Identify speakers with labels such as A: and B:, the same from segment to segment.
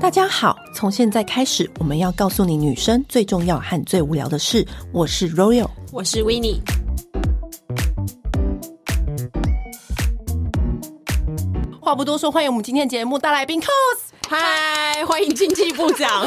A: 大家好，从现在开始，我们要告诉你女生最重要和最无聊的事。我是 Royal，
B: 我是 w i n n i e
A: 话不多说，欢迎我们今天节目大来宾 Cos。
B: 嗨，欢迎经济部长。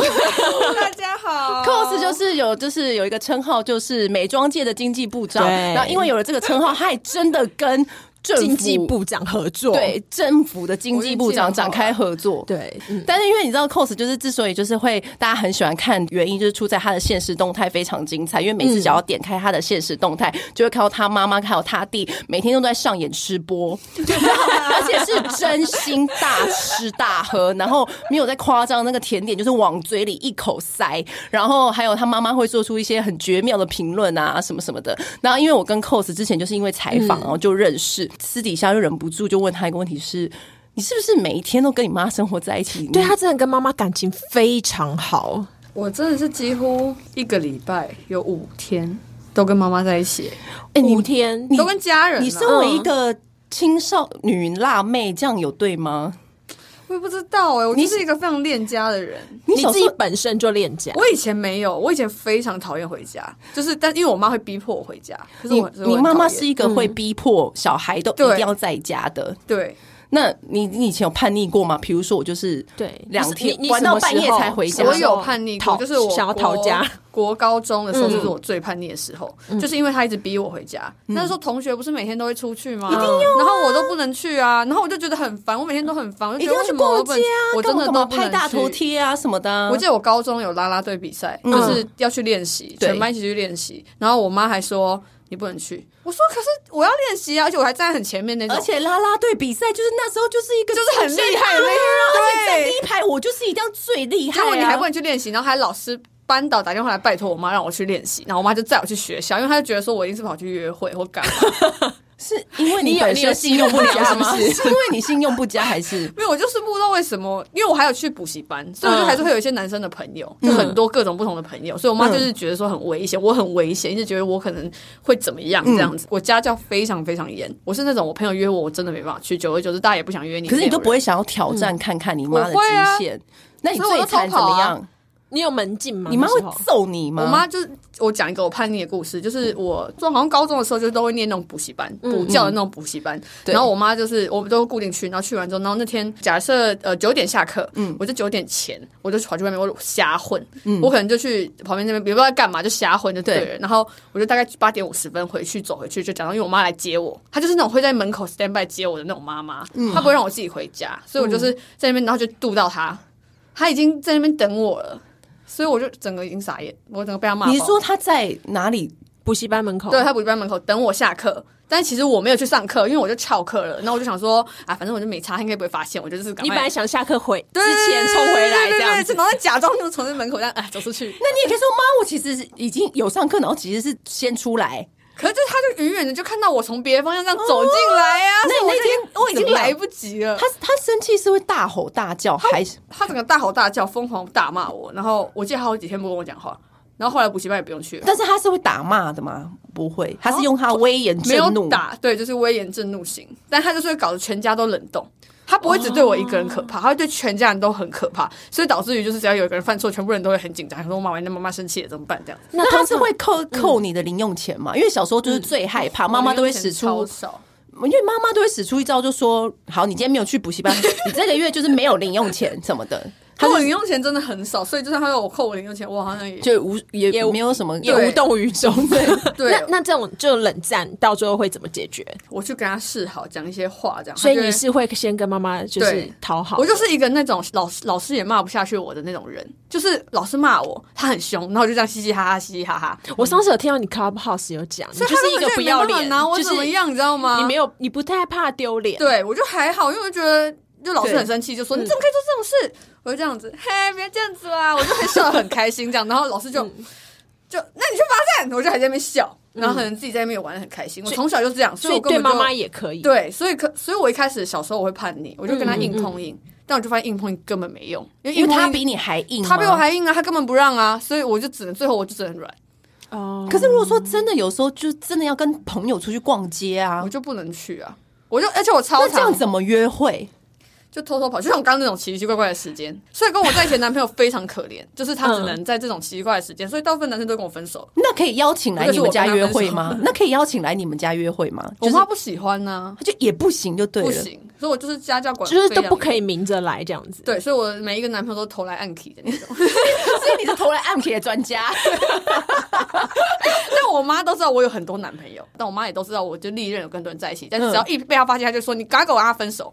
C: 大家好
A: Cos 就是有就是有一个称号，就是美妆界的经济部长。
B: 对
A: 然后因为有了这个称号，他还真的跟政府
B: 经济部长合作，
A: 对政府的经济部长
C: 我运气很
A: 展
C: 好
A: 开合作。。
B: 对，嗯，
A: 但是因为你知道，cos 就是之所以就是会大家很喜欢看，原因就是出在他的现实动态非常精彩。因为每次只要点开他的现实动态，嗯就会看到他妈妈还有他弟每天都在上演吃播，而且是真心大吃大喝，然后没有在夸张，那个甜点就是往嘴里一口塞。然后还有他妈妈会做出一些很绝妙的评论啊，什么什么的。然后因为我跟 cos 之前就是因为采访，然后就认识，私底下就忍不住就问他一个问题是。你是不是每一天都跟你妈生活在一起？
B: 对他真的跟妈妈感情非常好，
C: 我真的是几乎一个礼拜有五天都跟妈妈在一起，
A: 哎，你
B: 五天
A: 你
C: 都跟家人、啊。
A: 你身为
B: 嗯
A: 一个青少女辣妹，这样有对吗？
C: 我也不知道哎、我就是一个非常恋家的人。
A: 你
B: 你
A: 小
B: 自
A: 时
B: 己
A: 候
B: 本身就恋家，
C: 我以前没有，我以前非常讨厌回家，就是但因为我妈会逼迫我回家。可是
A: 你
C: 我所以我
A: 你
C: 很
A: 妈妈
C: 讨厌嗯
A: 是一个会逼迫小孩都一定要在家的。
C: 对，
A: 那你你以前有叛逆过吗？比如说我就是
B: 对
A: 两天
B: 你你
A: 玩到半夜
B: 什么时候
A: 才回家
B: 什，么
C: 我
B: 时候
C: 有叛逆
B: 逃
C: 过，就是我
B: 想要逃
C: 国
B: 家。
C: 国高中的时候，就是我最叛逆的时候，就是因为他一直逼我回家。那时候同学不是每天都会出去嗯吗？一定要。啊然后我都不能去啊，然后我就觉得很烦，我每天都很烦，我就
A: 一
C: 觉
A: 定
C: 得
A: 要
C: 为
A: 去
C: 什么我
A: 逛
C: 不
A: 街
C: 能
A: 啊，
C: 我真的
A: 干
C: 都
A: 嘛
C: 不
A: 干嘛
C: 能
A: 拍大头
C: 去
A: 贴啊什么的啊。
C: 我记得我高中有啦啦队比赛，就是要去练习，
A: 嗯对
C: 全班一起去练习。然后我妈还说你不能去，我说可是我要练习啊，而且我还站在很前面那种，
A: 而且啦啦队比赛就是那时候就是一个
C: 就是很厉害的
A: 啊
C: 那
A: 而且
C: 个，
A: 在
C: 对
A: 第。一排我就是一定要最厉害、啊。
C: 结果你还不能去练习，然后还老师。班导打电话来拜托我妈让我去练习，然后我妈就载我去学校，因为她就觉得说我一定是跑去约会或干嘛，
A: 是因为
B: 你
A: 你
B: 有
A: 本
B: 你有
A: 身信用不
B: 信
A: 佳
B: 用不
A: 吗？
B: 良
A: 是
B: 是不
A: 因为你信用不佳还是？
C: 没有，我就是不知道为什么，因为我还有去补习班，所以
A: 嗯
C: 我就还是会有一些男生的朋友，就很多各种不同的朋友，所以我
A: 嗯
C: 妈就是觉得说很危险，我很危险，一直觉得我可能会怎么样这
A: 嗯
C: 样子。我家教非常非常严，我是那种我朋友约我，我真的没办法去，久而久之大家也不想约你。
A: 可是你都不
C: 会，
A: 会想要挑战看看你妈的
C: 嗯我会啊
A: 极限？那你
C: 所以我
A: 最
C: 都
A: 惨怎
C: 逃跑
A: 么
C: 啊
A: 样？
B: 你有门禁吗？
A: 你妈
B: 那
A: 会
B: 时候
A: 揍你吗？
C: 我妈就是我讲一个我叛逆的故事，就是我就好像高中的时候就都会念那种补习班，补教的那种补习班，
A: 对
C: 然后我妈就是我们都固定去，然后去完之后，然后那天假设呃九点下课，嗯，我就九点前我就跑去外面我瞎混，我可能就去旁边那边也不知道在干嘛就瞎混就对了，然后我就大概八点五十分回去走回去，就讲到因为我妈来接我，她就是那种会在门口 stand by 接我的那种妈妈，她不会让我自己回家，所以我就是在那边然后就度到她，她已经在那边等我了。所以我就整个已经傻眼，我整个被她骂爆。
A: 你是说她在哪里？
B: 补习班门口，
C: 对，他补习班门口等我下课，但其实我没有去上课，因为我就翘课了。然后我就想说，啊，反正我就没查，他应该不会发现，我就就是赶
B: 你
C: 快
B: 本来想下课回之
C: 对
B: 前冲回来这样
C: 对对对对
B: 子
C: 对，然后假装就从那门口这样哎走出去。
A: 那你也可以说妈，我其实是已经有上课，然后其实是先出来。
C: 可是就是他就远远的就看到我从别的方向这样走进来啊，
A: 那
C: 所
A: 你
C: 以我
A: 那
C: 就已
A: 天
C: 经我已
A: 怎
C: 经
A: 么样
C: 来不及了
A: 她。她生气是会大吼大叫，还是
C: 他整个大吼大叫，疯狂大骂我。然后我记得他有几天不跟我讲话，然后后来补习班也不用去了。
A: 但是她是会打骂的吗？不会，她是用她威严
C: 哦没有
A: 震怒。
C: 打，对，就是威严震怒型，但他就是会搞得全家都冷冻。他不会只对我一个人可
B: 哦
C: 怕，他会对全家人都很可怕，所以导致于就是只要有一个人犯错，全部人都会很紧张，想说妈妈，那妈妈生气了怎么办？这样子，
A: 那她是会扣
C: 嗯
A: 扣你的零用钱吗？因为小时候就是最害怕，妈妈都会使
C: 我
A: 出
C: 嗯哦零用钱超少，
A: 因为妈妈都会使出一招，就说：“好，你今天没有去补习班， 你这个月就是没有零用钱什么的。”他
C: 他我
A: 就
C: 零用钱真的很少，所以就算他要我扣我零用钱，我好像也
A: 就无也
B: 也
A: 没有什么，
B: 也
C: 对
B: 无动于衷。
C: 对
B: 那那这种就冷战，到最后会怎么解决？
C: 我去跟他示好，讲一些话这样。
B: 所以
C: 他就
B: 你
C: 会
B: 是会先跟妈妈就是
C: 对
B: 讨好，
C: 我就是一个那种老师老师也骂不下去我的那种人，就是老师骂我，他很凶，然后我就这样嘻嘻哈哈，嘻嘻哈哈，
B: 我上次有听到你 Clubhouse 有讲，你
C: 所以
B: 就是一
C: 他
B: 个
C: 根
B: 不
C: 本就也没
B: 要
C: 办法
B: 脸，
C: 拿啊我
B: 就是
C: 怎么样，你知道吗？
B: 你没有，你不太怕丢脸。
C: 对我就还好，因为我觉得就老师
A: 对
C: 很生气，就说你怎么可以做这种事？我就这样子，嘿，不要这样子啊啦！我就很笑得很开心这样，然后老师就、就那你去罚站，我就还在那边笑，然后可能自己在那边也玩的很开心。我从小就是这样，所
B: 所
C: 以
B: 以
C: 我根
B: 对
C: 本就
B: 妈妈也可以。
C: 对，所以可所以我一开始小时候我会叛逆，我就跟他硬碰硬，但我就发现硬碰硬根本没用，因为
A: 因为
C: 硬碰硬
A: 他比你还硬吗，
C: 他比我还硬啊，他根本不让啊，所以我就只能最后我就只能软，
B: 哦，
A: 可是如果说真的，有时候就真的要跟朋友出去逛街啊
C: 我，就不能去啊。我就而且我超
A: 那这
C: 常
A: 样怎么约会？
C: 就偷偷跑，就像我刚刚那种奇奇怪怪的时间，所以跟我在一起的男朋友非常可 怜，就是他只能在这种奇奇怪怪的时间，所以大部分男生都跟我分手。
A: 那可以邀请来你们家约会吗
C: 那个是我跟他分手？
A: 那可以邀请来你们家约会吗？
C: 我
A: 就是
C: 妈不喜欢呢、
A: 就也不行，就对
C: 不
A: 了。
C: 行，所以我就是家教管，
B: 就是都不可
C: 以。
B: 以明着来这样子。
C: 对，所以我每一个男朋友都投来暗 k 的那种，
A: 所以你是投来暗 K 的专家，
C: 但我妈都知道我有很多男朋友，但我妈也都知道我就历任有跟多人在一
B: 嗯
C: 起，但是只要一被她发现，她就说你赶快给我跟他分手，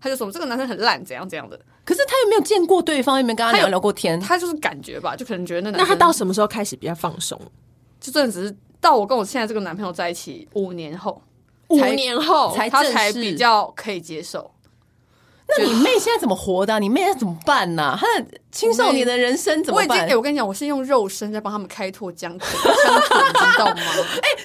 C: 她就说这个男生很烂，怎样怎样的，
A: 可是他有没有见过对方？有没有跟他
C: 他有
A: 聊聊过天？
C: 她就是感觉吧，就可能觉得那男
B: 嗯那他
C: 生
B: 到什么时候开始比较放松？
C: 就真的只是到我跟我现在这个男朋友在一起五年后，
B: 五
A: 才
B: 年后
A: 才
C: 哦他
A: 正
C: 才
A: 式
C: 比较可以接受。
A: 那你妹现在怎么活的啊、你妹现在怎么办呢、她的青少年的人生怎
C: 我
A: 么
C: 已经，
A: 办？
C: 哎、我跟你讲，我是用肉身在帮他们开拓 疆土，疆土你知 道吗？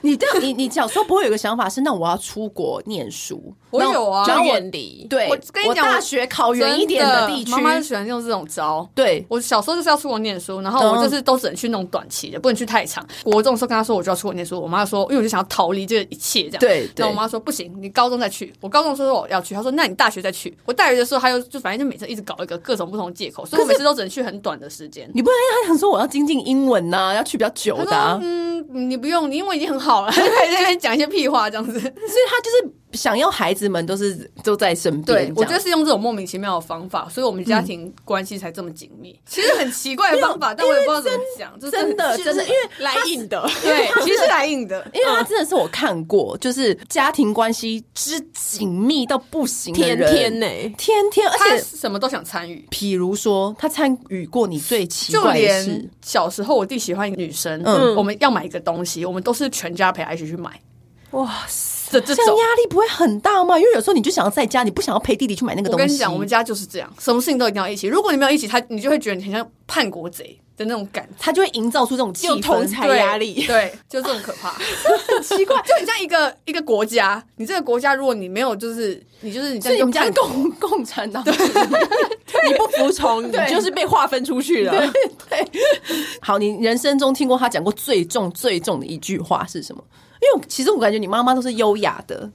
A: 你这样，你你小时候不会有一个想法是，那我要出国念书？
C: 我
A: 那
C: 有啊
A: 然
B: 要
A: 后我
B: 远离。
A: 对，
C: 我跟你讲
A: 我大
C: 我
A: 学考哦远一点
C: 真
A: 地区，
C: 妈妈就喜欢用这种招。
A: 对，
C: 我小时候就是要出国念书，然后
A: 嗯
C: 我就是都只能去那种短期的，不能去太长。国中的时候跟她说我就要出国念书，我妈说，因为我就想要逃离这一切这样。
A: 对对
C: 然后我妈说不行，你高中再去。我高中的时候我要去，她说那你大学再去。我大学的时候，她又就反正就每次一直搞一个各种不同的借口，所以我每次都只能去很短的时间。
A: 你不能让她想说我要精进英文呐、要去比较久的、啊，
C: 嗯，你不用，你英文已经很好了， 还在那边讲一些屁话这样子。
A: 所以她就是想要孩子们都是都在身边
C: 对，。我
A: 这样
C: 觉得是用这种莫名其妙的方法，所以我们家庭关系才这么紧密。其实很奇怪的方法，但我也不知道怎么讲，就是
A: 真的，
C: 就
A: 真的，嗯因为
B: 来硬的，
C: 对， 其实是来硬的。
A: 因为他真的是我看过，就是家庭关系之紧密到不行的
B: 天
A: 人，
B: 天呢、
A: 天天， 而
C: 他
A: 且
C: 什么都想参与，
A: 比如说他参与过你最奇
C: 就
A: 怪的
C: 连
A: 事，
C: 小时候我弟喜欢女生，
A: 嗯
C: 我们要买一个东西，我们都是全家陪他一起去买
B: 哇塞！
C: 这这
A: 这样
C: 种。
A: 压力不会很大吗？因为有时候你就想要在家，你不想要陪弟弟去买那个
C: 我
A: 东西。
C: 跟你讲，我们家就是这样，什么事情都一定要一起。如果你没有一起，他你就会觉得你很像叛国贼的那种感觉。
A: 他就会营造出这种气
B: 有同
A: 氛
B: 才。
C: 对
B: 压力
C: 对，就这种可怕。
A: 很奇怪，
C: 就你像一个一个国家，你这个国家如果你没有，就是你就是你这
A: 所以
C: 样
A: 你们家
C: 就
A: 是
C: 叛国
A: 共共产党。
B: 你不服 从，你就是被划分出去了。
A: 好，你人生中听过他讲过最重最重的一句话是什么？因为我其实我感觉你妈妈都是优雅的，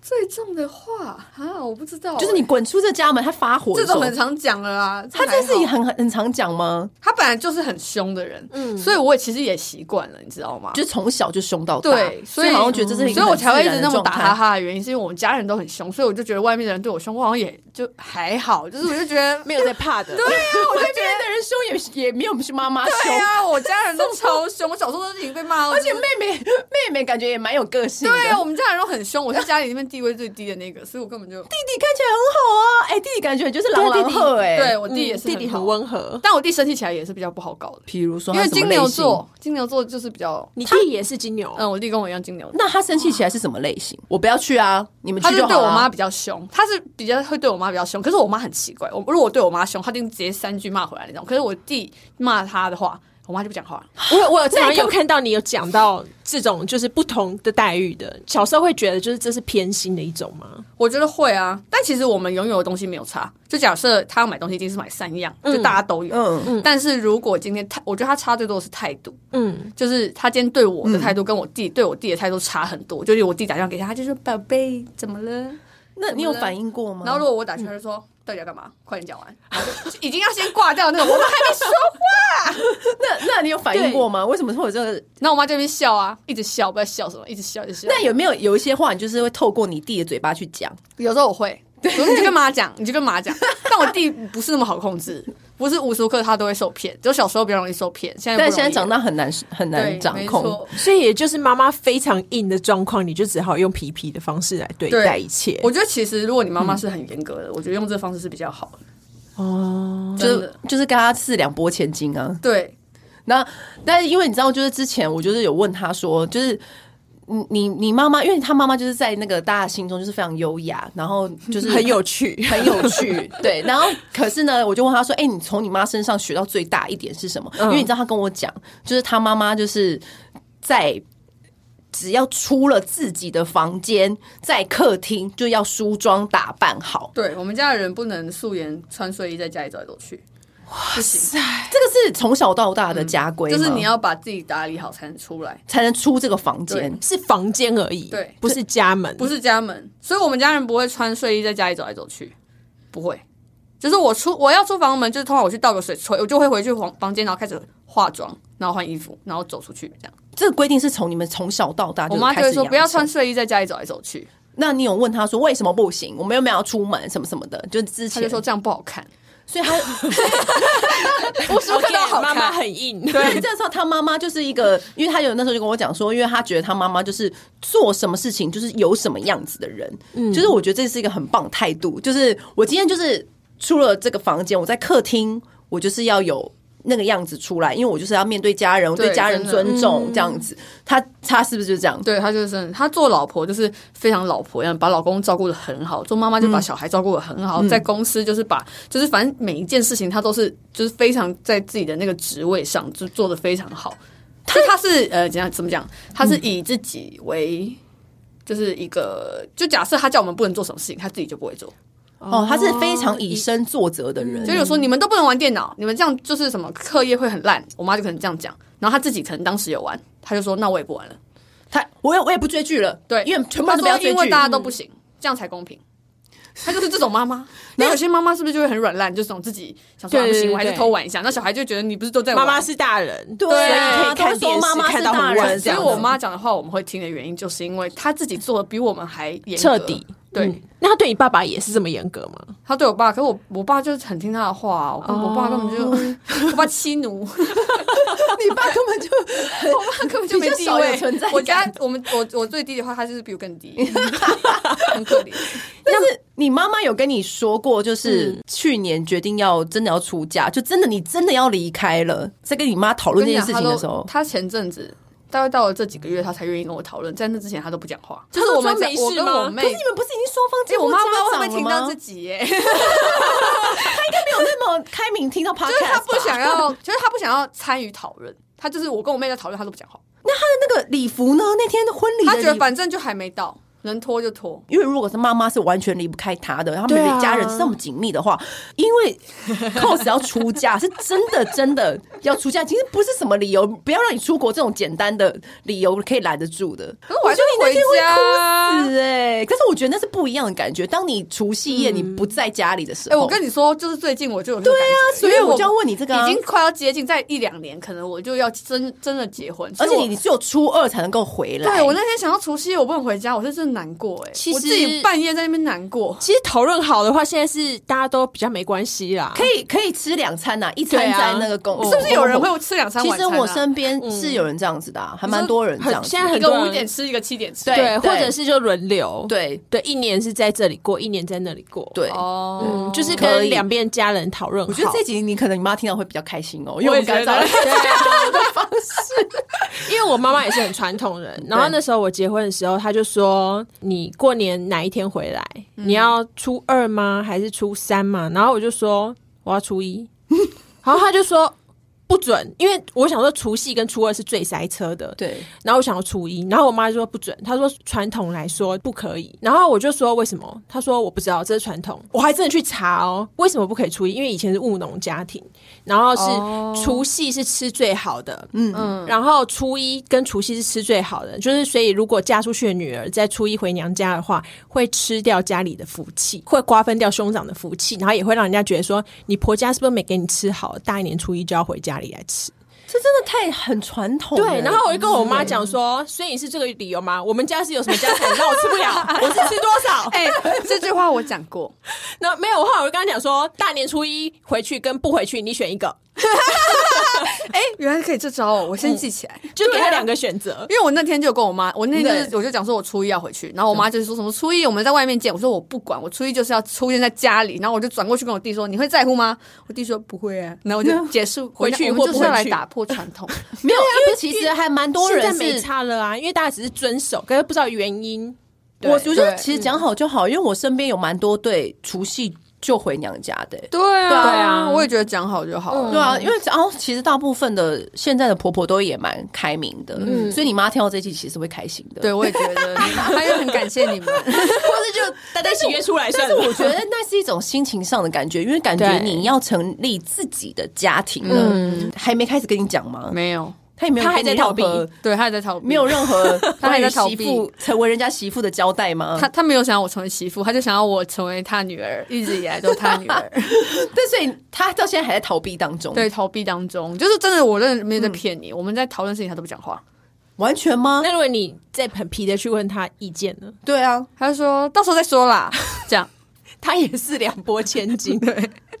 C: 最重的话啊，我不知道欸，
A: 就是你滚出这家门，她发火的
C: 这
A: 时候
C: 种很常讲了啊。
A: 他这
C: 是
A: 是很很很常讲吗？
C: 他本来就是很凶的人，嗯，所以我也其实也习惯了，你知道吗？
A: 就从小就凶到大，
C: 对，
A: 所
C: 所以
A: 好像觉得这是一个
C: 所以我才会一直那么打哈
A: 他。
C: 哈的原因，是因为我们家人都很凶，所以我就觉得外面的人对我啊凶，我好像也 就还好，就是我就觉得
B: 没有在怕的，
C: 对啊，我就觉
A: 别
C: 得
A: 的人凶也也没有我们是妈妈凶
C: 对，啊，我家人都超凶，我小时候都已经被骂到，
A: 而且妹妹 妹妹感觉也蛮有个性的。
C: 对啊，我们家人都很凶，我是家里里面地位最低的那个，所以我根本就
A: 弟弟看起来很好啊，哎，弟弟感觉就是朗朗赫哎。
C: 对，我弟也是
B: 弟弟
C: 好
B: 很温和。
C: 但我弟生气起来也是比较不好搞的，
A: 比如说他
C: 因为
A: 啊什么
C: 金
A: 类
C: 牛
A: 型，
C: 座，金牛座就是比较，
B: 你弟也是金牛，
C: 嗯，我弟跟我一样金牛，
A: 那他生气起来是什么类型？我不要去啊，你们
C: 他
A: 去
C: 就
A: 好
C: 对我妈
A: 了。
C: 比较凶，他是比较会对我妈比较凶，可是我妈很奇怪，我如果我对我妈凶，他就直接三句骂回来那种，可是我弟骂他的话，我妈就不讲话，
B: 我我常常有看到你有讲到这种就是不同的待遇的，小时候会觉得就是这是偏心的一种吗？
C: 我觉得会啊，但其实我们拥有的东西没有差，就假设他要买东西一定是买三样，就大家都有，
A: 嗯，
C: 但是如果今天他，我觉得他差最多的是态度，
B: 嗯，
C: 就是他今天对我
A: 嗯
C: 的态度跟我弟、对我弟的态度差很多，就是我弟打电话给他，他就说宝贝怎么了？
A: 嗯那你有反应过吗？
C: 然后如果我打去，他就说到底要干嘛？快点讲完，然后就已经要先挂掉那种，我们还没 说。
A: 那那你有反应
B: 对
A: 过吗？为什么会有这个？
C: 然后我妈就在那边笑啊，一直笑，不知道笑什么，一直笑，一直笑。
A: 那有没有有一些话你就是会透过你弟的嘴巴去讲？
C: 有时候我会，我说你就跟妈讲，你就跟妈讲。但我弟不是那么好控制，不是无时无刻他都会受骗，只有小时候比较容易受骗，现在
A: 但现在长
C: 大
A: 大很难很难掌控。。
B: 所以也就是妈妈非常硬的状况，你就只好用皮皮的方式来对
C: 对
B: 待一切。
C: 我觉得其实如果你妈
A: 嗯
C: 妈是很严格的，我觉得用这方式是比较好的。
B: 哦，
A: 就
C: 真的
A: 就是跟他四两拨千斤啊。
C: 对，
A: 那但是因为你知道，就是之前我就是有问他说，就是你你你妈妈，因为他妈妈就是在那个大家心中就是非常优雅，然后就是
B: 很有趣，
A: 很有 趣，对。然后可是呢，我就问他说：“哎、你从你妈身上学到最大一点是什么？”
C: 嗯
A: 因为你知道他跟我讲，就是他妈妈就是在。只要出了自己的房间，在客厅就要梳妆打扮好，
C: 对我们家的人不能素颜穿睡衣在家里走来走去，不行，
A: 这个是从小到大的家规吗，
C: 嗯就是你要把自己打理好才能出来，
A: 才能出这个房间。
B: 是房间而已，
C: 对
B: 不是家门，
C: 不是家门。所以我们家人不会穿睡衣在家里走来走去，不会。就是我出我要出房门，就是通常我去倒个水，吹我就会回去房房间，然后开始化妆，然后换衣服，然后走出去这样。
A: 这个规定是从你们从小到大就
C: 我妈就
A: 开
C: 会
A: 始
C: 说
A: 养
C: 不要
A: 成
C: 穿睡衣在家里走来走去，
A: 那你有问他说为什么不行？我们又没有要出门什么什么的，就之
C: 她
A: 前
C: 就说这样不好看。
A: 所以 他
C: 我什么看到好
B: 妈
C: 看？
B: 妈很硬，
A: 对，这时候他妈妈就是一个，因为他有那时候就跟我讲说，因为他觉得他妈妈就是做什么事情就是有什么样子的人，
C: 嗯
A: 就是我觉得这是一个很棒的态度。就是我今天就是出了这个房间，我在客厅，我就是要有。那个样子出来，因为我就是要面对家人，我对
C: 对
A: 家人
C: 真的嗯
A: 尊重，这样子。他他是不是就这样？
C: 对她就是真的她做老婆就是非常老婆一样，把老公照顾的很好，做妈妈就把小孩照顾的很好，在公司就是把就是反正每一件事情她都是就是非常在自己的那个职位上就做的非常好。她她是呃怎样怎么讲？她是以自己为。就是一个，就假设她叫我们不能做什么事情，她自己就不会做。
A: 哦，他是非常以身作则的人，
C: 就有说你们都不能玩电脑，你们这样就是什么课业会很烂。我妈就可能这样讲，然后她自己可能当时有玩，她就说那我也不玩了。
A: 他我也我也不追剧了，
C: 对，
A: 因为全部都不
C: 她
A: 要
C: 说
A: 追
C: 因为
A: 剧，
C: 大家都不行，这样才公 平。她就是这种妈妈，那有些妈妈是不是就会很软烂，就是这种自己想说啊
B: 对
C: 不
B: 对
C: 行，
B: 对
C: 我还是
B: 对
C: 偷玩一下。那小孩就觉得你不是都 在
B: 妈
C: 玩
B: 妈是大人，
A: 对
B: 所以可
A: 啊
B: 以看
A: 都
B: 电视
A: 说妈妈是
B: 看到很
A: 大
B: 晚
A: 人，
B: 这
C: 所以
B: 样
C: 我妈讲的话我们会听的原因，就是因为她自己做的比我们还严格
B: 彻底。
C: 对，
B: 嗯那他对你爸爸也是这么严格吗？
C: 她对我爸，可是我我爸就是很听她的话啊，我跟我爸根本就，哦 我爸欺奴，
A: 你 爸根本就
C: 我爸根本就没
A: 比较
C: 地
A: 少有
C: 位
A: 存在感
C: 我家我们我我最低的话，他就是比我更低， 很可怜。
A: 但是嗯你妈妈有跟你说过，就是去年决定要真的要出嫁，就真的你真的要离开了，在跟你妈讨
C: 我
A: 论这件事情的时候，
C: 他前阵子大概到了这几个月，他才愿意跟我讨论，在那之前他都不讲话。就
B: 都
C: 是我们
B: 装没
C: 在我
B: 事
C: 跟
B: 吗
C: 我
A: 可是
C: 妹
A: 你。们不是已经双方
C: 哎、
A: 见
C: 我
A: 过
C: 妈妈会
A: 家
C: 不会
A: 长
C: 听
A: 了
C: 到
A: 吗
C: 自？己耶、
A: 没有那么开明听到 podcast，
C: 就是 她不
A: 吧
C: 想要，就是她不想要参与讨论。她就是我跟我妹在讨论，她都不讲话。
A: 那个礼服呢？那天婚礼
C: 她
A: 的
C: 觉得
A: 礼服。
C: 反正就还没到，能拖就拖。
A: 因为如果是妈妈是完全离不开她的，他们
B: 对
A: 一
B: 啊
A: 家人这么紧密的话，因为 cos 要出嫁是真的真的要出嫁，其实不是什么理由，不要让你出国这种简单的理由可以拦得住的。
C: 可是我还是
A: 我觉得
C: 回
A: 你那天会
C: 家啊。
A: 是哎、可是我觉得那是不一样的感觉。当你除夕夜你不在家里的时
C: 哎、
A: 候，
C: 我跟你说，就是最近我就有对啊
A: 所以我就要问你这个哦啊
C: 已经快要接近，在一两年，可能我就要真真的结婚，所
A: 而
C: 以
A: 且
C: 我
A: 你只有初二才能够回来。
C: 对我那天想要除夕，我不能回家，我是真的难过哎、
B: 其实
C: 我自己半夜在那边难过，
B: 其实讨论好的话，现在是大家都比较没关系啦。
A: 可以可以吃两餐呐、一餐
B: 对啊
A: 在那个公，
B: 是
C: 是不是有人
A: 公
C: 会吃两餐
A: 其
C: 晚
A: 实
C: 餐、啊？
A: 我身边是有人这样子的、啊，还蛮多人这样子。
B: 现在很
C: 一
B: 多
C: 个
B: 人
C: 五点吃，一个七点吃，
A: 对
B: 对，或者是就轮流，
A: 对
B: 对，一年是在这里过，一年在那里过，，
A: 对，
C: 哦、
B: 嗯，就是
A: 可以
B: 跟两边家人讨论好。
A: 我觉得这集你可能你妈听到会比较开心哦，因
B: 我
A: 为
B: 也
A: 我改
B: 觉
A: 造
B: 得
A: 了
B: 对
A: 家的方式。
B: 因为我妈妈也是很传统人，然后那时候我结婚的时候，她就说你过年哪一天回来？你要初二吗？还是初三吗？然后我就说我要初一， 然后她就说不准，因为我想说除夕跟初二是最塞车的，
A: 对，
B: 然后我想要初一，然后我妈就说不准，她说传统来说不可以。然后我就说为什么？她说我不知道，这是传统。我还真的去查哦，为什么不可以初一？因为以前是务农家庭，然后是除夕是吃最好的，哦嗯嗯，然后初一跟除夕是吃最好的，就是所以如果嫁出去的女儿在初一回娘家的话，会吃掉家里的福气，会瓜分掉兄长的福气，然后也会让人家觉得说你婆家是不是没给你吃好，大一年初一就要回家里来吃。
A: 这真的太很传统了。
B: 对，嗯然后我就跟我妈讲说，所以你是这个理由吗？我们家是有什么家产让我吃不 了？我是吃多少？
C: 哎、这句话我讲过，哎
B: 那没有，后来我就跟她讲说，大年初一回去跟不回去，你选一个，
C: 哎、原来可以这招哦，我先记起来。
B: 就给她两个选择。
C: 因为我那天就跟我妈，我那天就是
A: 对
C: 我就讲说，我初一要回去，然后我妈就是说什么初一我们在外面见，我说我不管，我初一就是要出现在家里，然后我就转过去跟我弟说，你会在乎吗？我弟说不会啊，然后我就结束
B: 回去
C: 我们
B: 或
C: 就
B: 不
C: 是要
B: 回
C: 来
B: 去
C: 打破传统，
A: 没有，啊因为其实还蛮多
B: 现在
A: 人
B: 没
A: 是
B: 差了啊，因为大家只是遵守，可是不知道原因。
A: 我我觉得
C: 对
A: 其实讲好就好，因为我身边有蛮多对除夕就回娘家的、
C: 对啊，
B: 对啊
C: 我也觉得讲好就好了。
A: 对啊，因为然后其实大部分的现在的婆婆都也蛮开明的，所以你妈听到这期其实会开心的。
C: 对，我也觉得，还有很感谢你们。
A: 或者就大家一起约出来算了。但是我觉得那是一种心情上的感觉，因为感觉
B: 对
A: 你要成立自己的家庭了，还嗯没开始跟你讲吗？
C: 没有，
A: 他也没有，
B: 他还在逃避
C: 对，他也在逃避，
A: 没有任何
C: 他还在逃
A: 关于
C: 避
A: 媳妇成为人家媳妇的交代吗？
C: 他他没有想要我成为媳妇，他就想要我成为他女儿，一直以来都是他女儿。
A: 对，所以他到现在还在逃避当中。，
C: 对，逃避当中，就是真的，我认没有在骗你。我们在讨论事情，他都不讲话。
A: 完全吗？
B: 那如果你再很皮的去问他意见 呢？
A: 对啊，
C: 他就说到时候再说啦，这 样
B: 他也是两拨千斤，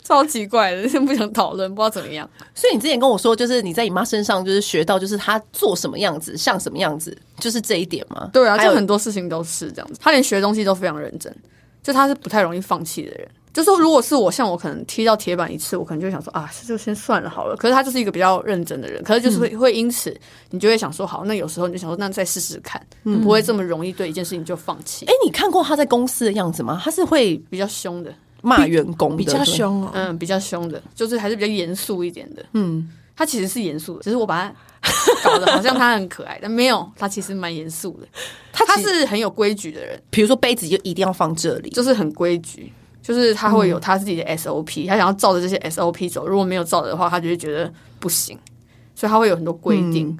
C: 超奇怪的， 不想讨论，不知道怎么样。
A: 所以你之前跟我说，就是你在你妈身上就是学到，就是她做什么样子像什么样子，就是这一点吗？
C: 对啊，
A: 还
C: 就
A: 有
C: 很多事情都是这样子。他连学东西都非常认真，就他是不太容易放弃的人。就说如果是我，像我可能踢到铁板一次，我可能就会想说啊，就先算了好了。可是他就是一个比较认真的人，可是就是
A: 嗯
C: 会、会因此你就会想说，好，那有时候你就想说，那再试试看，
A: 嗯
C: 不会这么容易对一件事情就放弃。
A: 哎、你看过她在公司的样子吗？她是会
C: 比较凶的，
A: 骂员工的，
B: 比较
A: 对
B: 凶哦。
C: 嗯，比较凶的，就是还是比较严肃一点的。嗯，他其实是严肃的，只是我把他搞得好像他很可爱，但没有，他其实蛮严肃的。
A: 他
C: 他
A: 其实
C: 是很有规矩的人，
A: 比如说杯子就一定要放这里，
C: 就是很规矩，就是他会有他自己的 SOP，、他想要照着这些 SOP 走，如果没有照着的话，他就会觉得不行，所以他会有很多规定。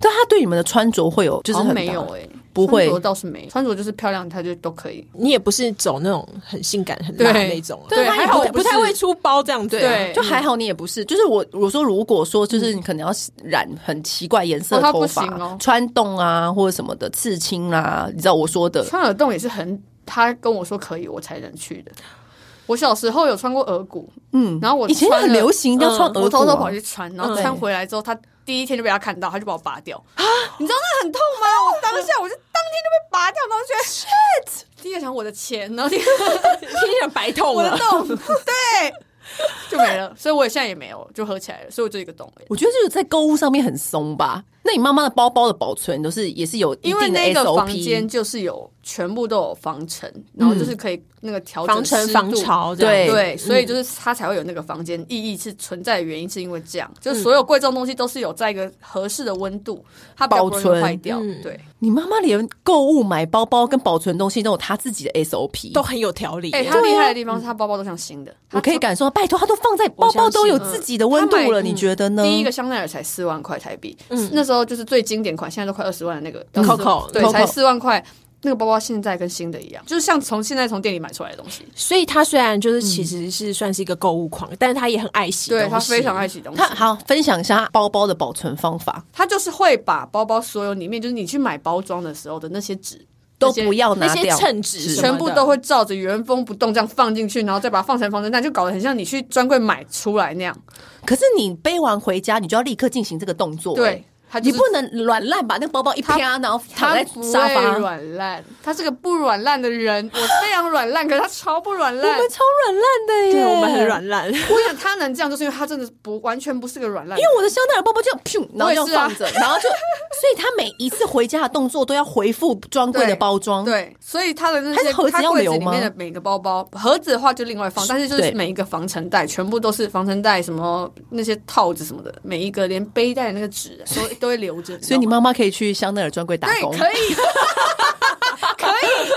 A: 但他对你们的穿着会有，就是
C: 好像
A: 很
C: 没有
A: 大
C: 哎、
A: 不会
C: 穿着倒是没有，穿着就是漂亮，他就都可以。
B: 你也不是走那种很性感、很辣的
C: 对
B: 那种啊，
C: 对
B: 还
C: 还好
B: 好
C: 我
B: 不
C: 不是
B: 太会出包这样子啊。
C: 对嗯
A: 就还好你也不是，就是我我说如果说就是你可能要染很奇怪颜色
C: 哦
A: 的
C: 他
A: 头
C: 不
A: 发、
C: 行哦
A: 穿洞啊或者什么的刺青啊，你知道我说的，
C: 穿耳洞也是很，他跟我说可以，我才能去的。我小时候有穿过耳骨，嗯，然后我
A: 以前
C: 穿
A: 很
C: 了
A: 流行要穿
C: 嗯
A: 耳骨、啊
C: 我偷偷跑去穿，然后
A: 嗯啊
C: 穿回来之后，他第一天就被他看到，他就把我拔掉。你知道那很痛吗？ 我当下我就当天就被拔掉，然后觉得 shit。第一 个想我的钱， 然后第二个
B: 天然白痛啊
C: 我的
B: 了。
C: 洞， 对，就没了。所以我现在也没有，就合起来了，所以我就一个洞而已。
A: 我觉得就是在购物上面很松吧。那你妈妈的包包的保存都是也是有一
C: 因为
A: 定的
C: 那个房
A: SOP，
C: 间就是有全部都有防尘，然后就是可以那个调整
B: 防尘
C: 湿
B: 防
C: 度
B: 潮这样
A: 对嗯
C: 对，所以就是它才会有那个房间意义是存在的原因，是因为这样，
A: 嗯
C: 就是所有贵重东西都是有在一个合适的温度，它比较不容易
A: 保存
C: 坏掉。
B: 嗯
C: 对，
A: 你妈妈连购物买包包跟保存东西都有她自己的 SOP，
B: 都很有条理。
C: 哎，它厉害的地方是它包包都像新的，
A: 啊我可以感受到，拜托，她都放在包包都有自己的温度
C: 她买
A: 了，你觉得呢？嗯
C: 第一个香奈儿才四万块台币，那时候就是最经典款，现在都快二十万的那个
B: 嗯
C: 要四
B: Coco，
C: 对，
A: Coco
C: 才四万块。那个包包现在跟新的一样，就是像从现在从店里买出来的东西。
B: 所以他虽然就是其实是算是一个购物狂，但是他也很爱惜东西，
C: 对，他非常爱洗东西
A: 她。好分享一下她包包的保存方法，
C: 他就是会把包包所有里面，就是你去买包装的时候的那些纸
A: 都
C: 那些
A: 不要
B: 那
A: 拿
B: 些
A: 掉，
B: 称纸什么的
C: 全部都会照着原封不动这样放进去，然后再把它放成防尘袋，就搞得很像你去专柜买出来那样。
A: 可是你背完回家，你就要立刻进行这个动作、
C: 对
A: 欸，
C: 它就
A: 你
C: 是
A: 不能软烂把那个包包一啪，然后躺
C: 他
A: 在
C: 不
A: 沙发。
C: 会软烂，他是个不软烂的人。我非常软烂，可是他超不 软
A: 我
C: 烂。
A: 们超软烂的耶，
B: 对我们很。软烂。
C: 我想他能这样，就是因为他真的不完全不是个软烂
A: 因。为我的香奈儿包包就这样，噗，然后
C: 我也
A: 就是
C: 啊
A: 放着，然后就，所以他每一次回家的动作都要回复专柜的包装。，
C: 对，所以他的那些
A: 它盒子
C: 他
A: 要
C: 柜子
A: 留
C: 里
A: 吗
C: 面的每个包包，盒子的话就另外放，但是就是
A: 对
C: 每一个防尘袋全部都是防尘袋，什么那些套子什么的，每一个连背带的那个纸都都会留着。
A: 所以你
C: 知道吗
A: 妈妈可以去香奈儿专柜打
C: 对
A: 工。
C: 可以 可以，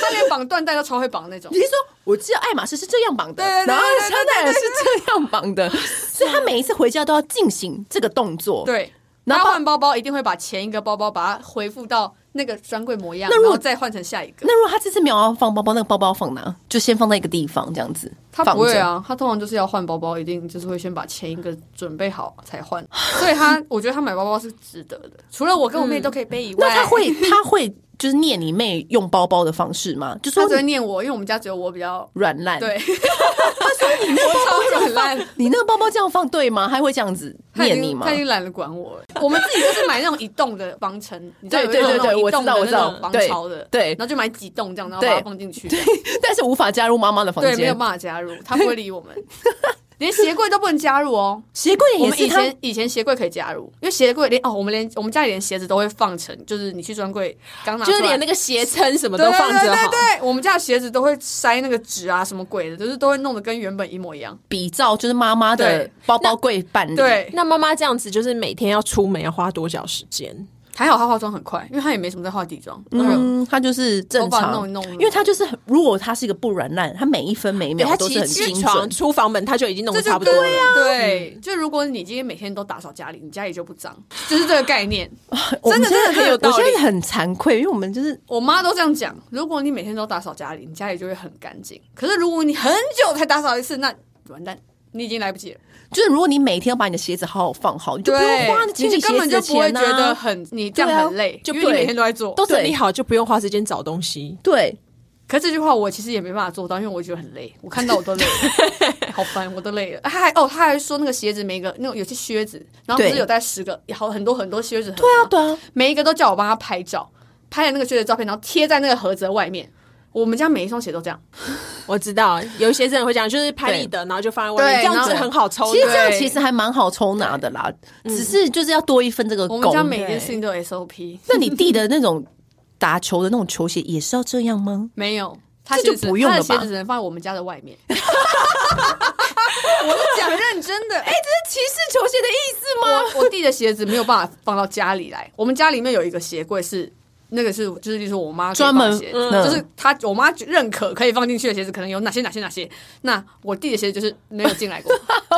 C: 他连绑缎带都超会绑那种
A: 你。是说，我记得爱马仕是这样绑的，
C: 对对对
A: 然后
C: 对对啊
A: 香奈儿是这样绑 的，所以他每一次回家都要进行这个动作。，
C: 对，
A: 然
C: 然
A: 后
C: 后换包包一定会把前一个包包把它恢复到那个专柜模样，
A: 那如果
C: 然后再换成下一个。
A: 那如果他这次没有要放包包，那个包包要放哪？就先放在一个地方这样子。
C: 他
A: 放
C: 不会
A: 着。
C: 啊，他通常就是要换包包，一定就是会先把前一个准备好才换。所以他，我觉得他买包包是值得的。除了我跟我妹都可以背以外，
A: 嗯那他会 他会就是念你妹用包包的方式吗？就说
C: 他只会
A: 你
C: 念我，因为我们家只有我比 较
A: 软烂，
C: 对，，我超软烂。
A: 你那个包包这样放对吗？他会这样子
C: 他已
A: 念你
C: 经
A: 吗
C: 他？已经懒得管我了。我们自己就是买那种一栋的防 尘，你知道
A: 对对
C: 有一
A: 对对
C: 种那种
A: 我
C: 一栋
A: 知道我
C: 的
A: 知
C: 那
A: 道
C: 种防
A: 对
C: 潮的，
A: 对
C: 然后就买几栋这样，然后把它
A: 对
C: 放进去。
A: 但是无法加入妈妈的房
C: 对，没有
A: 间。
C: 办法加入，他不会理我们。连鞋柜都不能加入哦。
B: 鞋柜
C: 我
B: 也
C: 们
B: 是
C: 以
B: 他
C: 前以前鞋柜可以加入，因为鞋柜连哦，我们连我们家里连鞋子都会放成，就是你去专柜刚拿出
B: 就
C: 来，
B: 是连那个鞋撑什么
C: 对
B: 都
C: 对
B: 放着
C: 对
B: 好。
C: 对对，我们家的鞋子都会塞那个纸啊，什么鬼的，就是都会弄得跟原本一模一样。
A: 比照就是妈妈的
C: 对
A: 包包柜办理，
C: 对，
B: 那妈妈这样子，就是每天要出门要花多少时间？
C: 还好她化妆很快，因为她也没什么在化底妆，嗯，
A: 嗯，她就是正
C: 头
A: 常
C: 发弄一弄
A: 因为她就是很，如果她是一个不软烂，她每一分每一
B: 对
A: 秒
B: 她
A: 都
B: 其
A: 是
B: 实
A: 很
B: 起
A: 精
B: 床
A: 准。
B: 出房门，她就已经弄
C: 这
B: 得
C: 就
B: 差不
C: 跟
B: 多了。
C: 对，就如果你今天每天都打扫家里，你家里就不脏，就是这个概念。
A: 我们
C: 真的真的
A: 现在
C: 很有道理
A: 我现在很惭愧，因为我们就是
C: 我妈都这样讲，如果你每天都打扫家里，你家里就会很干净。可是如果你很久才打扫一次，那完蛋，你已经来不及了。
A: 就是，如如果你每天要把你的鞋子好好放好，你就不用
C: 对
A: 花，清
C: 你
A: 理
C: 就根
A: 鞋
C: 本
A: 子
C: 就
A: 的
C: 不会
A: 钱
C: 觉得
A: 啊。
C: 很，你这样
A: 对啊
C: 很累，
B: 就
C: 因为你
B: 对
C: 每天都在做。
B: 都整理好就不用花时间找东西。
A: 对，
C: 可是这句话我其实也没办法做到，因为我觉得很累，我看到我都累 了，好烦，我都累了。他还哦，他还说那个鞋子每一个那种有些靴子，然后不是
A: 对
C: 有带十个，好很多很多靴子盒，对
A: 对啊，对啊，
C: 每一个都叫我帮他拍照，拍了那个靴子的照片，然后贴在那个盒子的外面。我们家每一双鞋都这样，
B: 我知道有一些人会讲，就是拍立得，然后就放在外面，
C: 对
B: 这样子
C: 然后
B: 很好抽
A: 其实
B: 的。
A: 这样其实还蛮好抽拿的啦，只是就是要多一份这个
C: 嗯我们
A: 功
C: 家。每
B: 对
C: 件事情都有 SOP，
A: 那你弟的那种打球的那种球鞋也是要这样吗？
C: 没有。他
A: 这就
C: 鞋子
A: 不用
C: 他的
A: 了吧
C: 鞋子只能放在我们家的 外面。我是讲认真 的，哎、
A: 这是歧视球鞋的意思？
C: 我我弟的鞋子没有办法放到家里来。我们家里面有一个鞋柜是。那个是就是就是我妈可以
A: 专门
C: 放鞋子
A: 嗯
C: 就是她我妈认可可以放进去的鞋子，可能有哪些哪些哪些。那我弟的鞋子就是没有进 来过，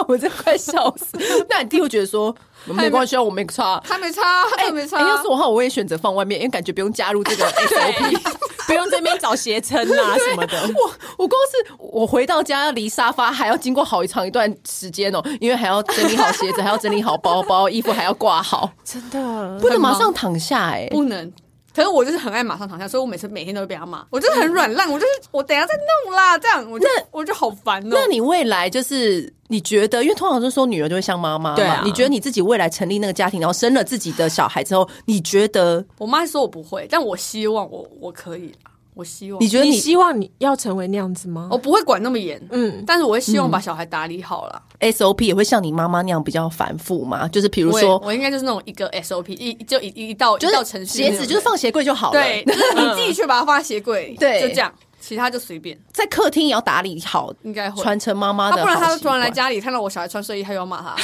A: 我真快笑 死。那你弟会觉得说没关系啊，我没差。
C: 他没擦，他哎没啊擦。
A: 哎要是我的话，我也选择放外面，因为感觉不用加入 这个 SOP。
B: 不用这边找鞋撑啊什么的。
A: 我我光是我回到家离沙发还要经过好一长一段时间哦，因为还要整理好鞋子，还要整理好包包、衣服，还要挂好，
B: 真的，
A: 不能马上躺下哎、
C: 不能。可是我就是很爱马上躺下，所以我每次每天都会被他骂。我就是很软
A: 嗯
C: 烂，我就是我等一下再弄啦，这样我就我就好烦哦、
A: 那你未来就是你觉得，因为通常就说女儿就会像妈妈嘛，
B: 对啊
A: 你觉得你自己未来成立那个家庭，然后生了自己的小孩之后，你觉得
C: 我妈说我不会，但我希望我我可以啦，我希望
A: 你觉得
B: 你
A: 你
B: 希望你要成为那样子吗
C: 我？不会管那么严，
B: 嗯，
C: 但是我会希望把小孩打理好啦。
A: SOP 也会像你妈妈那样比较繁复吗？就是比如
C: 我也
A: 说，
C: 我应该就是那种一个 SOP 一就一一道
A: 就
C: 一道
A: 是
C: 程序
A: 鞋子就是放鞋柜就好了，
C: 对，就是你自己去把它放在鞋柜，
A: 对
C: 就这样，其他就随便，
A: 在客厅也要打理好，
C: 应该会。
A: 传承妈妈
C: 他
A: 的。
C: 不然他突然来，家里看到我小孩穿睡衣，他又要骂他。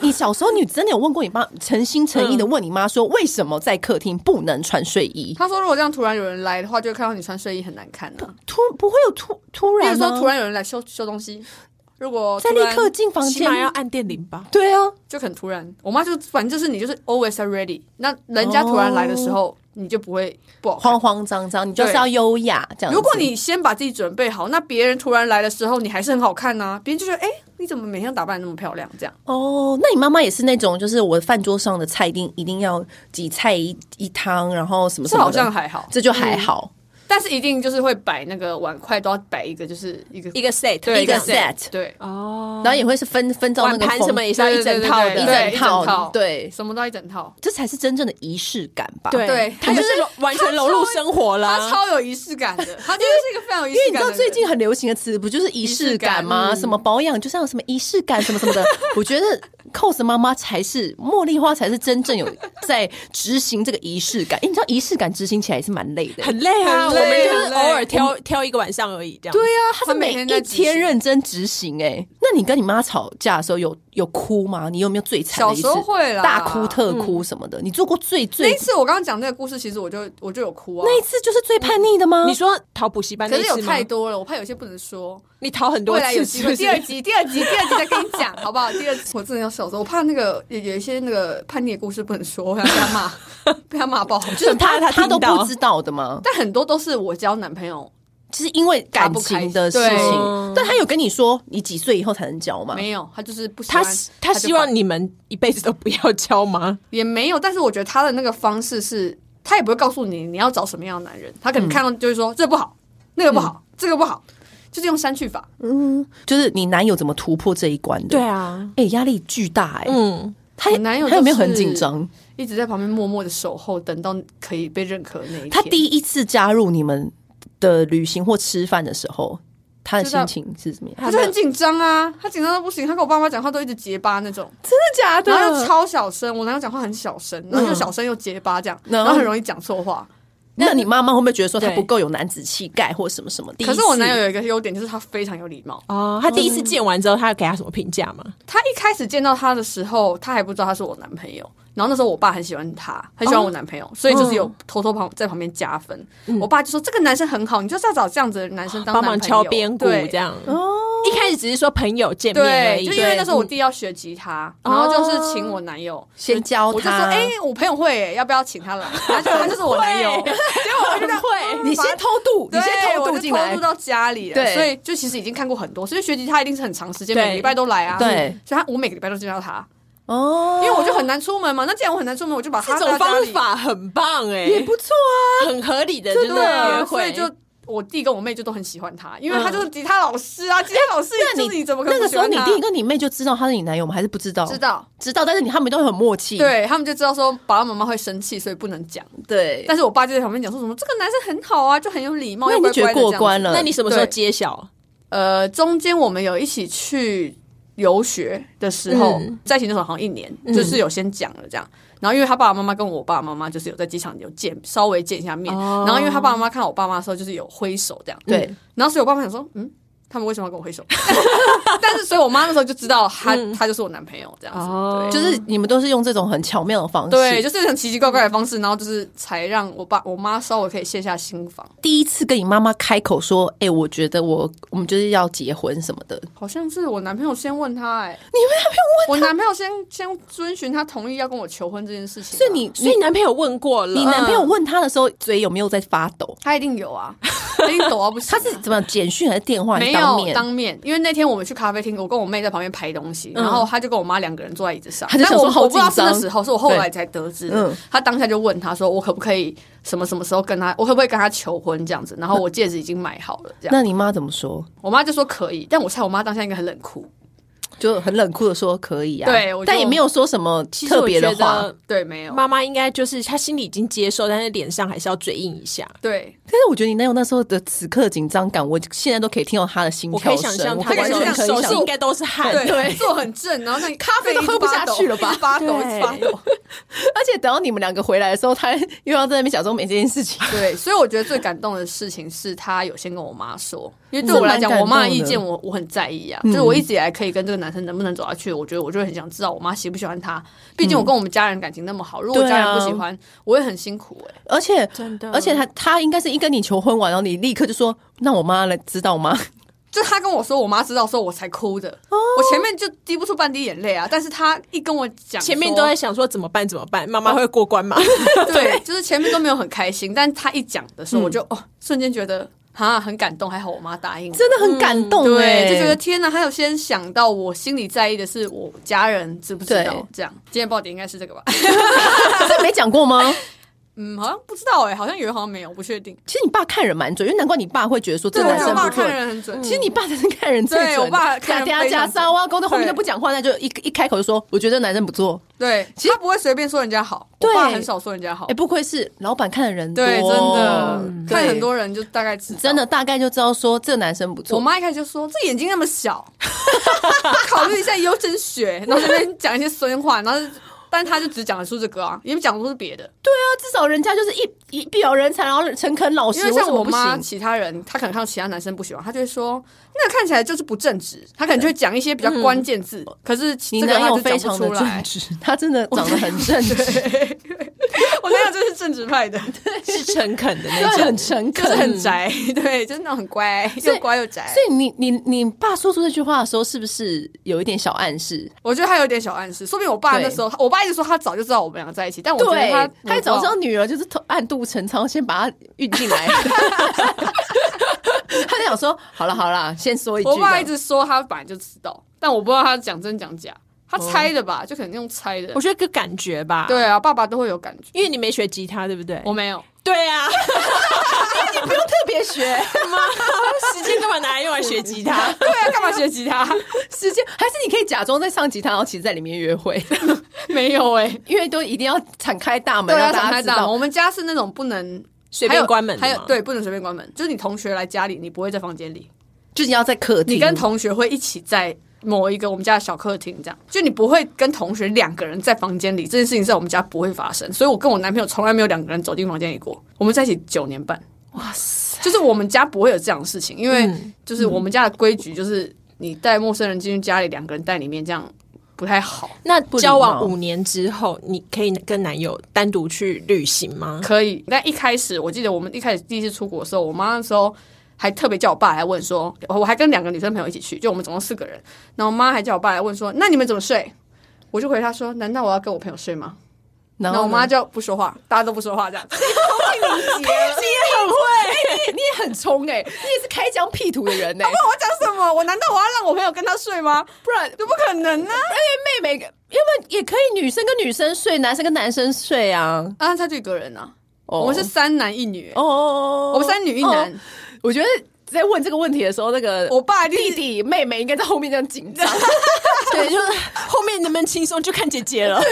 A: 你小时候你真的有问过你妈，诚心诚意的问你妈说，为什么在客厅不能穿睡衣？
C: 他说如果这样突然有人来的话，就会看到你穿睡衣很难看的、啊。
A: 突不会有突突
C: 比
A: 然、
C: 如
A: 啊，
C: 说突然有人来修修东西，如果
A: 在
C: 突
A: 立
C: 然
A: 刻进房
B: 起
A: 间
B: 啊码，要按电铃吧。
A: 对啊，
C: 就很突然，我妈就反正就是你就是 always ready。那人家突然来的时候，
A: 哦
C: 你就不会不好看。
A: 慌慌张张，你就是要优雅这样子。
C: 如果你先把自己准备好，那别人突然来的时候，你还是很好看呐、别人就觉得，哎、你怎么每天打扮得那么漂亮？这样
A: 哦，那你妈妈也是那种，就是我饭桌上的菜一定一定要几菜一一汤，然后什么什
C: 这
A: 么
C: 好
A: 的
C: 像还好，
A: 这就还好，
C: 但是一定就是会摆那个碗筷都要摆一个，就是一个
B: 一个 set，
C: 对
A: 一个
C: set，
A: set
C: 对，
B: 哦，
A: 然后也会是分分照那
B: 碗
A: 个
B: 盘
A: 风
B: 什么也是要一整套的，
C: 对
A: 一
C: 对对
A: 整套，对，
C: 什么都要一整套。
A: 这才是真正的仪式感吧？
B: 对
C: 对
B: 他就是完全融入生活啦。
C: 他超有仪式感的，他真的是一个非常有仪
A: 啊因为
C: 式
A: 你知
C: 感的
A: 道
C: 人
A: 最近很流行的词不就是仪式感吗？什么保养就是要有什么仪式感，什么什么的。我觉得 cos 妈妈才是茉莉花，才是真正有在执行这个仪式感。因为你知道仪式感执行起来也是蛮累的，
B: 很累啊，
C: 很
B: 我
C: 累
B: 们就是
C: 很累
B: 偶尔挑挑一个晚上而已，这样。
A: 对呀、啊，他
C: 他
A: 是
C: 每
A: 每
C: 天
A: 一
C: 在执行
A: 天认真执行哎、那你跟你妈吵架的时候有有哭吗？你有没有最惨的一次？
C: 小时候会啦
A: 大哭特哭什么的。你做过最
C: 那一
A: 最
C: 次我刚刚讲那个故事，其实我就我就有哭啊，
A: 那一次就是最叛逆的吗？
B: 你说逃补习班
C: 可
B: 那
C: 是有
B: 次吗
C: 太？多了，我怕有些不能说。
B: 你逃很多
C: 未来有
B: 次，
C: 机
B: 是
C: 会，
B: 不
C: 第二
B: 是？
C: 集，第二集，第二集再跟你讲，好不好？第二集我 真的要笑死，我怕那个有有一些那个叛逆的故事不能说，我想被他骂，被他骂爆。
A: 就是他
B: 很怕她
A: 他都
B: 听到
A: 不知道的吗？
C: 但很多都是我交男朋友，
A: 就是因为感情的事
C: 她不开心
A: 情，但他有跟你说你几岁以后才能交吗？
C: 没有，他就是不 喜
B: 嗯他
C: 欢，
B: 他
C: 就
B: 希
C: 把
B: 望你们一辈子都不要交 吗？
C: 也没有，但是我觉得他的那个方式是，他也不会告诉你你要找什么样的男人，他可
B: 嗯
C: 能看到就是说、这不好，那个不好，这个不好，就是用删去法。
A: 就是你男友怎么突破这一关的？，
B: 啊，
A: 哎、压力巨大哎、
B: 嗯，
A: 他
C: 我男友
A: 他有没有
C: 就是
A: 很紧张？
C: 一直在旁边默默的守候，等到可以被认可的那一天。
A: 他第一次加入你们的旅行或吃饭的时候，他的心情是怎么样？
C: 他就很紧张啊，他紧张到不行，他跟我爸妈讲话都一直结巴那种，
A: 真的假
B: 啊
C: 然后又超小声，我男友讲话很小声，
B: 嗯
C: 然后又小声又结巴这样，
A: 然后
C: 然后很容易讲错话。
A: 那你妈妈会不会觉得说他
B: 对
A: 不够有男子气概或什么什么？第一
C: 可是我
A: 次
C: 男友有一个优点，就是他非常有礼貌。
B: 哦，他第一次见完之后，他有给他什么评价吗？
C: 他一开始见到他的时候，他还不知道他是我男朋友。然后那时候我爸很喜欢他，很喜欢我男
B: 哦
C: 朋友，所以就是有
B: 嗯
C: 偷偷旁在旁边加分。我爸就说这个男生很好，你就是要找这样子的男生嗯当
B: 帮
C: 男朋友
B: 忙敲边鼓
C: 对
B: 这样。哦，一开始只是说朋友见面而
C: 对，
B: 已
C: 就。因为那时候我
B: 嗯
C: 弟要学吉他，
B: 嗯
C: 然后就是请我男友。
A: 先教
C: 我就说，
A: 哦他，
C: 哎、我朋友会耶，要不要请他来？他 就他就是我男友，结果我就这 样
A: 你先偷渡，你
C: 对，
A: 先偷
C: 我
A: 渡
C: 就
A: 进
C: 偷
A: 来
C: 渡。到家里了，
A: 对
C: 所以就其实已经看过很多，所以学吉他一定是很长时间，
B: 对
C: 每个礼拜都来啊。
A: 对，
C: 所以他我每个礼拜都见到他，
A: 哦
C: 因为我就很难出门嘛。那既然我很难出门，我就把他
B: 这种
C: 带到家
B: 方
C: 里，
B: 法很棒哎，
A: 也不错啊，
B: 很合理的，就是
C: 对啊
B: 约
C: 所
B: 会
C: 以就。我弟跟我妹就都很喜欢他，因为他就是吉他老师啊，吉他老师
A: 嗯那
C: 就
A: 你
C: 是你怎么可
A: 那
C: 能不
A: 个
C: 喜
A: 时候
C: 欢
A: 你
C: 他？
A: 弟跟你妹就知道他是你男友吗？还是不知道？
C: 知道，
A: 知道，但是你他们都很默契。
C: 对他们就知道说爸爸妈妈会生气，所以不能讲。
A: 对，
C: 但是我爸就在旁边讲说什么这个男生很好啊，就很有礼貌，
A: 那
C: 又
A: 你
C: 乖
A: 就觉得
C: 乖的这
A: 过
C: 样
A: 关
C: 子
A: 了？
B: 那你什么时候
C: 对
B: 揭晓？
C: 呃，中间我们有一起去游学的时候，
B: 嗯
C: 在一起那时候好像一年，
A: 嗯
C: 就是有先讲了这样。然后因为他爸爸妈妈跟我爸爸妈妈就是有在机场有见，稍微见一下面。
B: 哦
C: 然后因为他爸爸妈妈看到我爸妈的时候，就是有挥手这样。
A: 对
C: 嗯然后所以我爸妈想说，嗯。他们为什么要跟我挥手？ 但是，所以我妈那时候就知道他，
A: 嗯
C: 他就是我男朋友这样子。
B: 哦
C: 对
A: 就是你们都是用这种很巧妙的方式。嗯
C: 对，就是很奇奇怪怪的方式，然后就是才让我爸我妈稍微可以卸下心防，
A: 第一次跟你妈妈开口说：“哎、我觉得我我们就是要结婚什么的。
C: 好像是我男朋友先问他、哎，你们男朋友问我男朋友先先遵循他同意要跟我求婚这件事情啊、”
A: 所以你，
B: 所以你男朋友问过了，
A: 你男朋友问他的时候，嘴有没有在发抖？
C: 他一定 有啊，他一定抖到不行
A: 他
C: 啊、
A: 是怎么样简讯还是电话？还是
C: 没有
A: 面
C: 当面，因为那天我们去咖啡厅，我跟我妹在旁边排东西，然后他就跟我妈两个人坐在椅子上，
A: 嗯他就想
C: 但我
A: 说好
C: 我不知道是
A: 紧张
C: 那时候，是我后来才得知的
A: 嗯。
C: 他当下就问他说：“我可不可以什么什么时候跟他，我可不可以跟他求婚这样子？”然后我戒指已经买好了，这样
A: 那你妈怎么说？
C: 我妈就说可以，但我猜我妈当下应该很冷酷。
A: 就很冷酷的说可以啊，
C: 对我就
A: 但也没有说什么
B: 其实
A: 特
B: 我
A: 别的
B: 觉
A: 话。
B: 得
C: 对，没有，
B: 妈妈应该就是她心里已经接受，但是脸上还是要嘴硬一下。
C: 对，
A: 但是我觉得你男友那时候的此刻紧张感，我现在都可以听到他的心
B: 我可
A: 跳
B: 以
A: 声，
B: 想象
A: 我
B: 她
C: 可
A: 完
C: 以
A: 全可
C: 想象
A: 以
B: 手
A: 想
B: 心应
A: 象。
B: 该都是汗，
C: 对， 坐很正，然后那咖
A: 啡都喝不下去了吧
C: 发抖，
B: 对
C: 一直发 抖。
A: 而且等到你们两个回来的时候，他又要在那边假装没这件事情。
C: 对，所以我觉得最感动的事情是他有先跟我妈说，因为对我来讲
A: 这，蛮
C: 我妈的
A: 感动
C: 意
A: 的嗯
C: 见我我很在意啊，就是我一直以来可以跟这个男生能不能走下去，我觉得我就会很想知道我妈喜不喜欢他。毕竟我跟我们家人感情那么好，如果
A: 嗯对啊
C: 家人不喜欢，我也很辛苦哎、
A: 而且
B: 真的
A: 而且他他应该是一跟你求婚完，然后你立刻就说：“那我妈来知道吗？”
C: 就他跟我说我妈知道的时候，我才哭的，
A: 哦
C: 我前面就滴不出半滴眼泪啊。但是他一跟我讲说，
B: 前面都在想说怎么办怎么办，妈妈会过关吗？
C: 对，就是前面都没有很开心，但他一讲的
A: 嗯
C: 时候，我就、哦，瞬间觉得啊很感动，还好我妈答应我，
A: 真的很感动、
C: 嗯对，
A: 欸
C: 就觉得天哪，他有先想到我心里在意的是我家人知不知道
A: 对，
C: 这样。今天爆点应该是这个吧？
A: 这没讲过吗？
C: 嗯，好像不知道哎、好像有人好像没有，我不确定。
A: 其实你爸看人蛮准，因为难怪你爸会觉得说这
C: 对
A: 男
C: 我
A: 生不
C: 爸
A: 嗯
C: 看
A: 错。
C: 人很准，
A: 其实你爸才是看人最准的。
C: 对我爸看
A: 假嗲
C: 人非常
A: 假
C: 准
A: 撒哇沟通，后面
C: 对
A: 就不讲话，那就一一开口就说我觉得这男生不错。
C: 对，他不会随便说人家好，我
A: 对
C: 爸很少说人家好
A: 哎、。不愧是老板看的人多，
C: 对，真的
A: 嗯，
C: 看
A: 对
C: 很多人就大概知道。
A: 真的，大概就知道说这男生不
C: 我
A: 错。
C: 妈一开始就说：“这眼睛那么小， 考虑一下优生学。”然后在那边讲一些酸话，然后 但他就只讲得出这个啊，也讲不出别的。
A: 那至少人家就是一一表人才，然后诚恳老实，
C: 因为像
A: 什么
C: 我
A: 不
C: 妈，
A: 行
C: 其他人她可能看到其他男生不喜欢，她就会说那个看起来就是不正直，她可能就会讲一些比较关键字，可是
A: 嗯你
C: 这个
A: 男
C: 她
A: 友
C: 就讲
A: 非
C: 不
A: 常
C: 出
A: 的
C: 来
A: 正。直，他真的长得很正直，
C: 我男友就是正直 派的，
B: 是诚恳的那
A: 真的
B: 种
A: 很。诚恳，
C: 就是很宅， 对，就是那种很乖，又乖又宅
A: 所。以你你你爸说出这句话的时候，是不是有一点小暗示？
C: 我觉得他有点小暗示，说明我爸那时候，我爸一直说他早就知道我们两个在一起，但我觉得他
A: 他早知道
C: 我
A: 女儿就是偷暗度陈仓，先把她运进来。 他就想说，好了好了，先说一
C: 不
A: 句
C: 知道我爸一
A: 这样。
C: 直说他本来就知道，但我不知道他讲真讲假，他猜的吧，就可能用猜的
B: 我。觉得个感觉吧，，
C: 对啊，爸爸都会有感觉，
B: 因为你没学吉他，对不对？
C: 我没有。
B: 对啊，
A: 你 不用特别学，
B: 时间干嘛拿来用来学吉他？
C: 对啊，干嘛学吉他？
A: 时间还是你可以假装在上吉他，然后其实在里面约会，
C: 没有哎、
A: 因为都一定要敞开大门，
C: 对，
A: 让
C: 要
A: 大
C: 敞
A: 家
C: 开
A: 知
C: 大门。
A: 道。
C: 我们家是那种不能
B: 随
C: 还有
B: 便关门的
C: 还
B: 吗
C: 有对，不能随便关门，就是你同学来家里，你不会在房间里，
A: 就是要在客厅，
C: 你跟同学会一起在某一个我们家的小客厅，这样就你不会跟同学两个人在房间里，这件事情在我们家不会发生。所以我跟我男朋友从来没有两个人走进房间里过，我们在一起九年半，
B: 哇塞，
C: 就是我们家不会有这样的事情，因为
A: 嗯
C: 就是我们家的规矩就是你带陌生人进去家里，两个人带里面这样不太好。
B: 那
A: 礼貌
B: 交往五年之后，你可以跟男友单独去旅行 吗？
C: 可以。但一开始，我记得我们一开始第一次出国的时候，我妈那时候还特别叫我爸来问说，我还跟两个女生朋友一起去，就我们总共四个人。然后我妈还叫我爸来问说，那你们怎么睡？我就回答说，难道我要跟我朋友睡吗？
A: 然
C: 然
A: 后
C: 后我妈
A: 呢
C: 就不说话，大家都不说话，这样。
A: 你也很冲哎、你也是开疆辟土的人哎、
C: 我要讲什么？我难道我要让我朋友跟他睡吗？
A: 不然
C: 就不可能啊！
A: 妹妹，因为也可以女生跟女生睡，男生跟男生睡啊。
C: 啊，他就一个人啊，
A: 哦
C: 我们是三男一女，
A: 哦哦哦，
C: 我们三女一男
A: 哦。我觉得在问这个问题的时候，那个
C: 我爸弟
A: 弟弟妹妹应该在后面这样紧 张。
B: 对，就是后面能不能轻松就看姐姐了。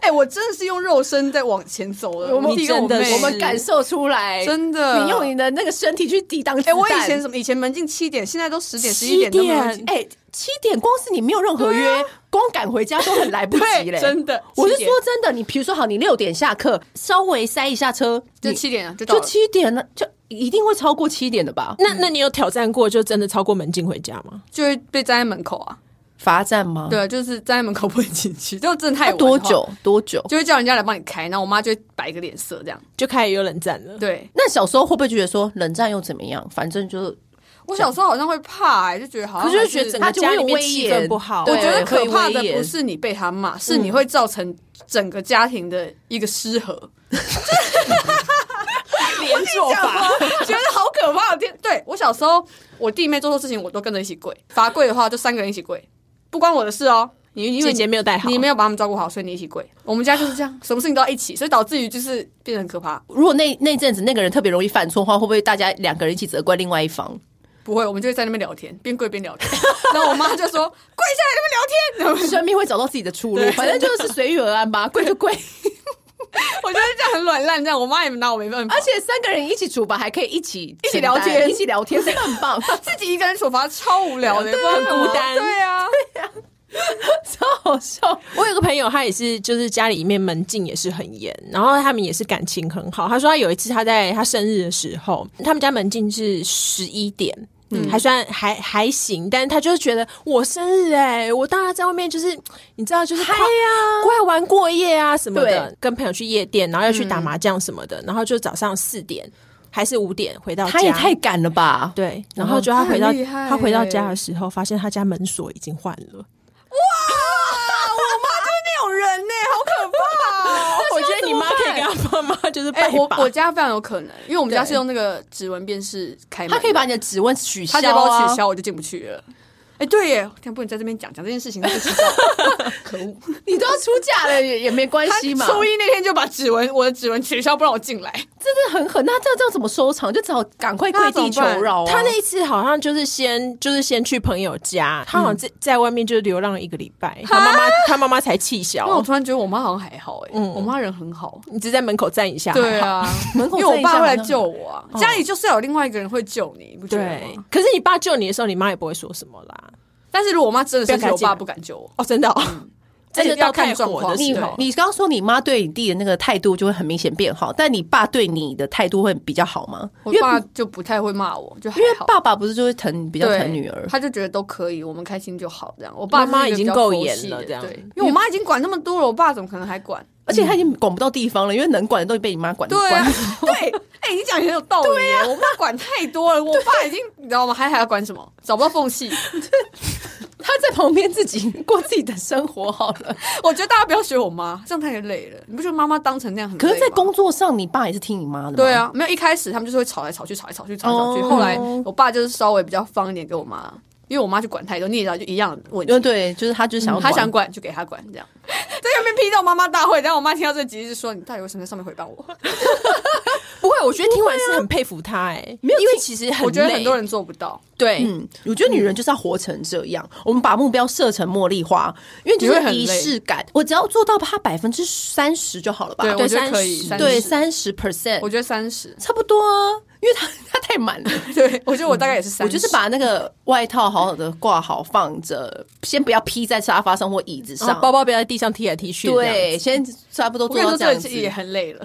C: 哎、我真的是用肉身在往前走的。
A: 我们
C: 弟跟我
B: 真的
C: 妹，
B: 是
A: 我们感受出来，
C: 真的
A: 你用你的那个身体去抵挡子
C: 哎、
A: 弹。
C: 我以前什么？以前门禁七点，现在都十点、十一
B: 7
C: 点都没有人进
B: 点
A: 哎、七点光是你没有任何约，光赶回家都很来不及嘞。
C: 啊对真的
A: 我是
C: 7
A: 说
C: 点
A: 真的，你比如说好，你六点下课，稍微塞一下车，
C: 就
A: 你
C: 七点啊，就到
A: 就
C: 了。嗯
A: 七点了，就一定会超过七点的吧？
B: 那那你有挑战过就真的超过门禁回家吗？
C: 就会被站在门口啊，
A: 罚站吗？，
C: 对，啊就是站在门口 不能进去，就真的太
A: 要
C: 晚的
A: 多？
C: 话
A: 久？多久？
C: 就会叫人家来帮你开，然后我妈就会摆一个脸色这样。
B: 就开始有冷战了。
C: 对
A: 那小时候会不会觉得说冷战又怎么样？反正就
C: 我小时候好像会怕、欸，就觉得好像
B: 可是就
C: 哦还
B: 觉得
C: 是
B: 整
A: 他
B: 个
A: 就会
B: 家里
A: 有
B: 面
A: 威
B: 气
A: 严
B: 氛不好。
A: 对
C: 我觉得
A: 会
C: 可
A: 有
C: 怕
A: 威
C: 的
A: 严嗯
C: 不是你被他骂，是你会造成整个家庭的一个失和。
A: 连坐法，
C: 哦觉得好可怕！天，对我小时候，我弟妹做错事情，我都跟着一起跪。罚跪的话，就三个人一起跪，不关我的事哦。你因为
B: 姐姐没有带好
C: 你没有把他们照顾好，所以你一起跪。我们家就是这样，什么事情都要一起，所以导致于就是变得很可怕。
A: 如果那那阵子那个人特别容易犯错的话，会不会大家两个人一起 责怪另外一方？
C: 不会，我们就会在那边聊天，边跪边聊天。然后我妈就说：“ 跪下来，那边聊天。”然后
A: 生命会找到自己的出路，反正就是随遇而安吧，跪就跪。
C: 我觉得这样很软烂，这样我妈也拿我没办法
A: 而。且三个人一起处罚，还可以一起
C: 一起
A: 承担
C: 聊天
A: 一起聊天，真的很 棒，
C: 自己一个人处罚超无聊的，
B: 对
A: 啊
C: 不知道为什么
B: 很孤单
C: 对啊，
A: 超好笑。
B: 我有个朋友，他也是，就是家里面门禁也是很严，然后他们也是感情很好。他说他有一次他在他生日的时候，他们家门禁是十一点。嗯，还算还还行，但是他就是觉得我生日哎、我当然在外面就是你知道就是嗨呀、快玩过夜啊什么的
A: 对，
B: 跟朋友去夜店，然后要去打麻将什么的，然后就早上四点还是五点回到家，
A: 他也太赶了吧！
B: 对，然后就他回到
C: 他很厉害
B: 他回到
C: 欸
B: 家的时候，发现他家门锁已经换了。
C: 那种人呢、好可怕、哦！
B: 我觉得你妈可以跟他爸妈就是
C: 哎、
B: 拜
C: 我
B: 把。
C: 我家非常有可能，因为我们家
A: 对
C: 是用那个指纹辨识开门，
A: 他可以把你的指纹取消、
C: 他
A: 啊，
C: 直接把我取消，我就进不去了。哎、对耶，天不能在这边讲讲这件事情，不知 道，可恶！
A: 你都要出嫁了也也没关
C: 他
A: 系嘛。哦
C: 初一那天就把指纹，我的指纹取消，不让我进来。
A: 真的很狠，那这这样怎么收场？就只好赶快跪地求饶、啊。
B: 他那一次好像就是先就是先去朋友家，他好像在在外面就流浪了一个礼拜，他妈妈他妈妈才气
C: 因为我
B: 消，
C: 突然觉得我妈好像还好，哎、
A: 嗯
C: 我妈人很好。
B: 你只在门口站一下，
C: 对啊，
A: 门口
C: 因为我
A: 站一下
C: 爸会来
A: 好像
C: 救我啊，家里就是要有另外一个人会救你，你不觉
B: 还好。
C: 得
B: 对
C: 吗？，
B: 可是你爸救你的时候，你妈也不会说什么啦。
C: 但是如果我妈真的生
B: 不
C: 气，
B: 要
C: 我
B: 改进
C: 爸不敢救我。
B: 哦，真的，哦，真
C: 而
B: 的
C: 且要
B: 到
C: 看
B: 太
C: 状
B: 火
C: 况
B: 的
A: 你
B: 时候，
A: 你刚刚说你妈对你弟的那个态度就会很明显变好，但你爸对你的态度会比较好吗？
C: 我
A: 因为
C: 爸就不太会骂我，就还
A: 因为
C: 好。
A: 爸爸不是就会疼比较
C: 对
A: 疼女儿，
C: 他就觉得都可以，我们开心就好这样。我爸
B: 妈妈
C: 就是
B: 已
C: 一个
B: 经
C: 比较
B: 够
C: 佛
B: 严
C: 系
B: 了
C: 的
B: 这样
C: 对因为我妈已经管那么多了，我爸怎么可能还管？
A: 而且他已经管不到地方了，因为能管的都被你妈管
C: 对啊
A: 管。，
C: 对，哎、你讲得很有道理耶、
B: 啊
C: 我妈管太多了，我爸已经你知道吗？还还要管什么？找不到缝隙。
A: 他在旁边自己过自己的生活好了。
C: 我觉得大家不要学我妈，这样太累了。你不觉得妈妈当成那样很累
A: 可
C: 吗？
A: 是，在工作上，你爸也是听你妈的。
C: 对，啊，没有一开始他们就是会吵来吵去，吵来吵去，吵来吵去。
A: 哦
C: 后来我爸就是稍微比较放一点给我妈，因为我妈就管太多，你也知道，就一样的问题。
A: 嗯，对，就是他就是想要
C: 他
A: 管
C: 想哦管就给他管，这样 在外面批到妈妈大会，然后我妈听到这集就说：“你到底为什么在上面回谤我
B: 不会，我觉得听完是很佩服他哎，因为其实？”很
C: 我觉得
B: 累
C: 很多人做不到，
B: 对，
A: 嗯，我觉得女人就是要活成这样。我们把目标设成茉莉花，因为就
C: 你会
A: 是
C: 很
A: 仪
C: 累
A: 式感。我只要做到它百分之三十就好了吧？
C: 对，我觉得可以，
B: 30
C: 30
A: 对，三十 percent，
C: 我觉得三十，
A: 差不多啊，因为他他太太满了。
C: 对，我觉得我大概也是三，
A: 我就是把那个外套好好的挂好放着，先不要披在沙发上或椅子
B: 然
A: 上
B: 后。包包啊不要在地上踢来踢去，
A: 对，，先差不多
C: 我
A: 做
C: 跟你
A: 到
C: 说，
A: 这样
C: 这
A: 子。
C: 也很累了，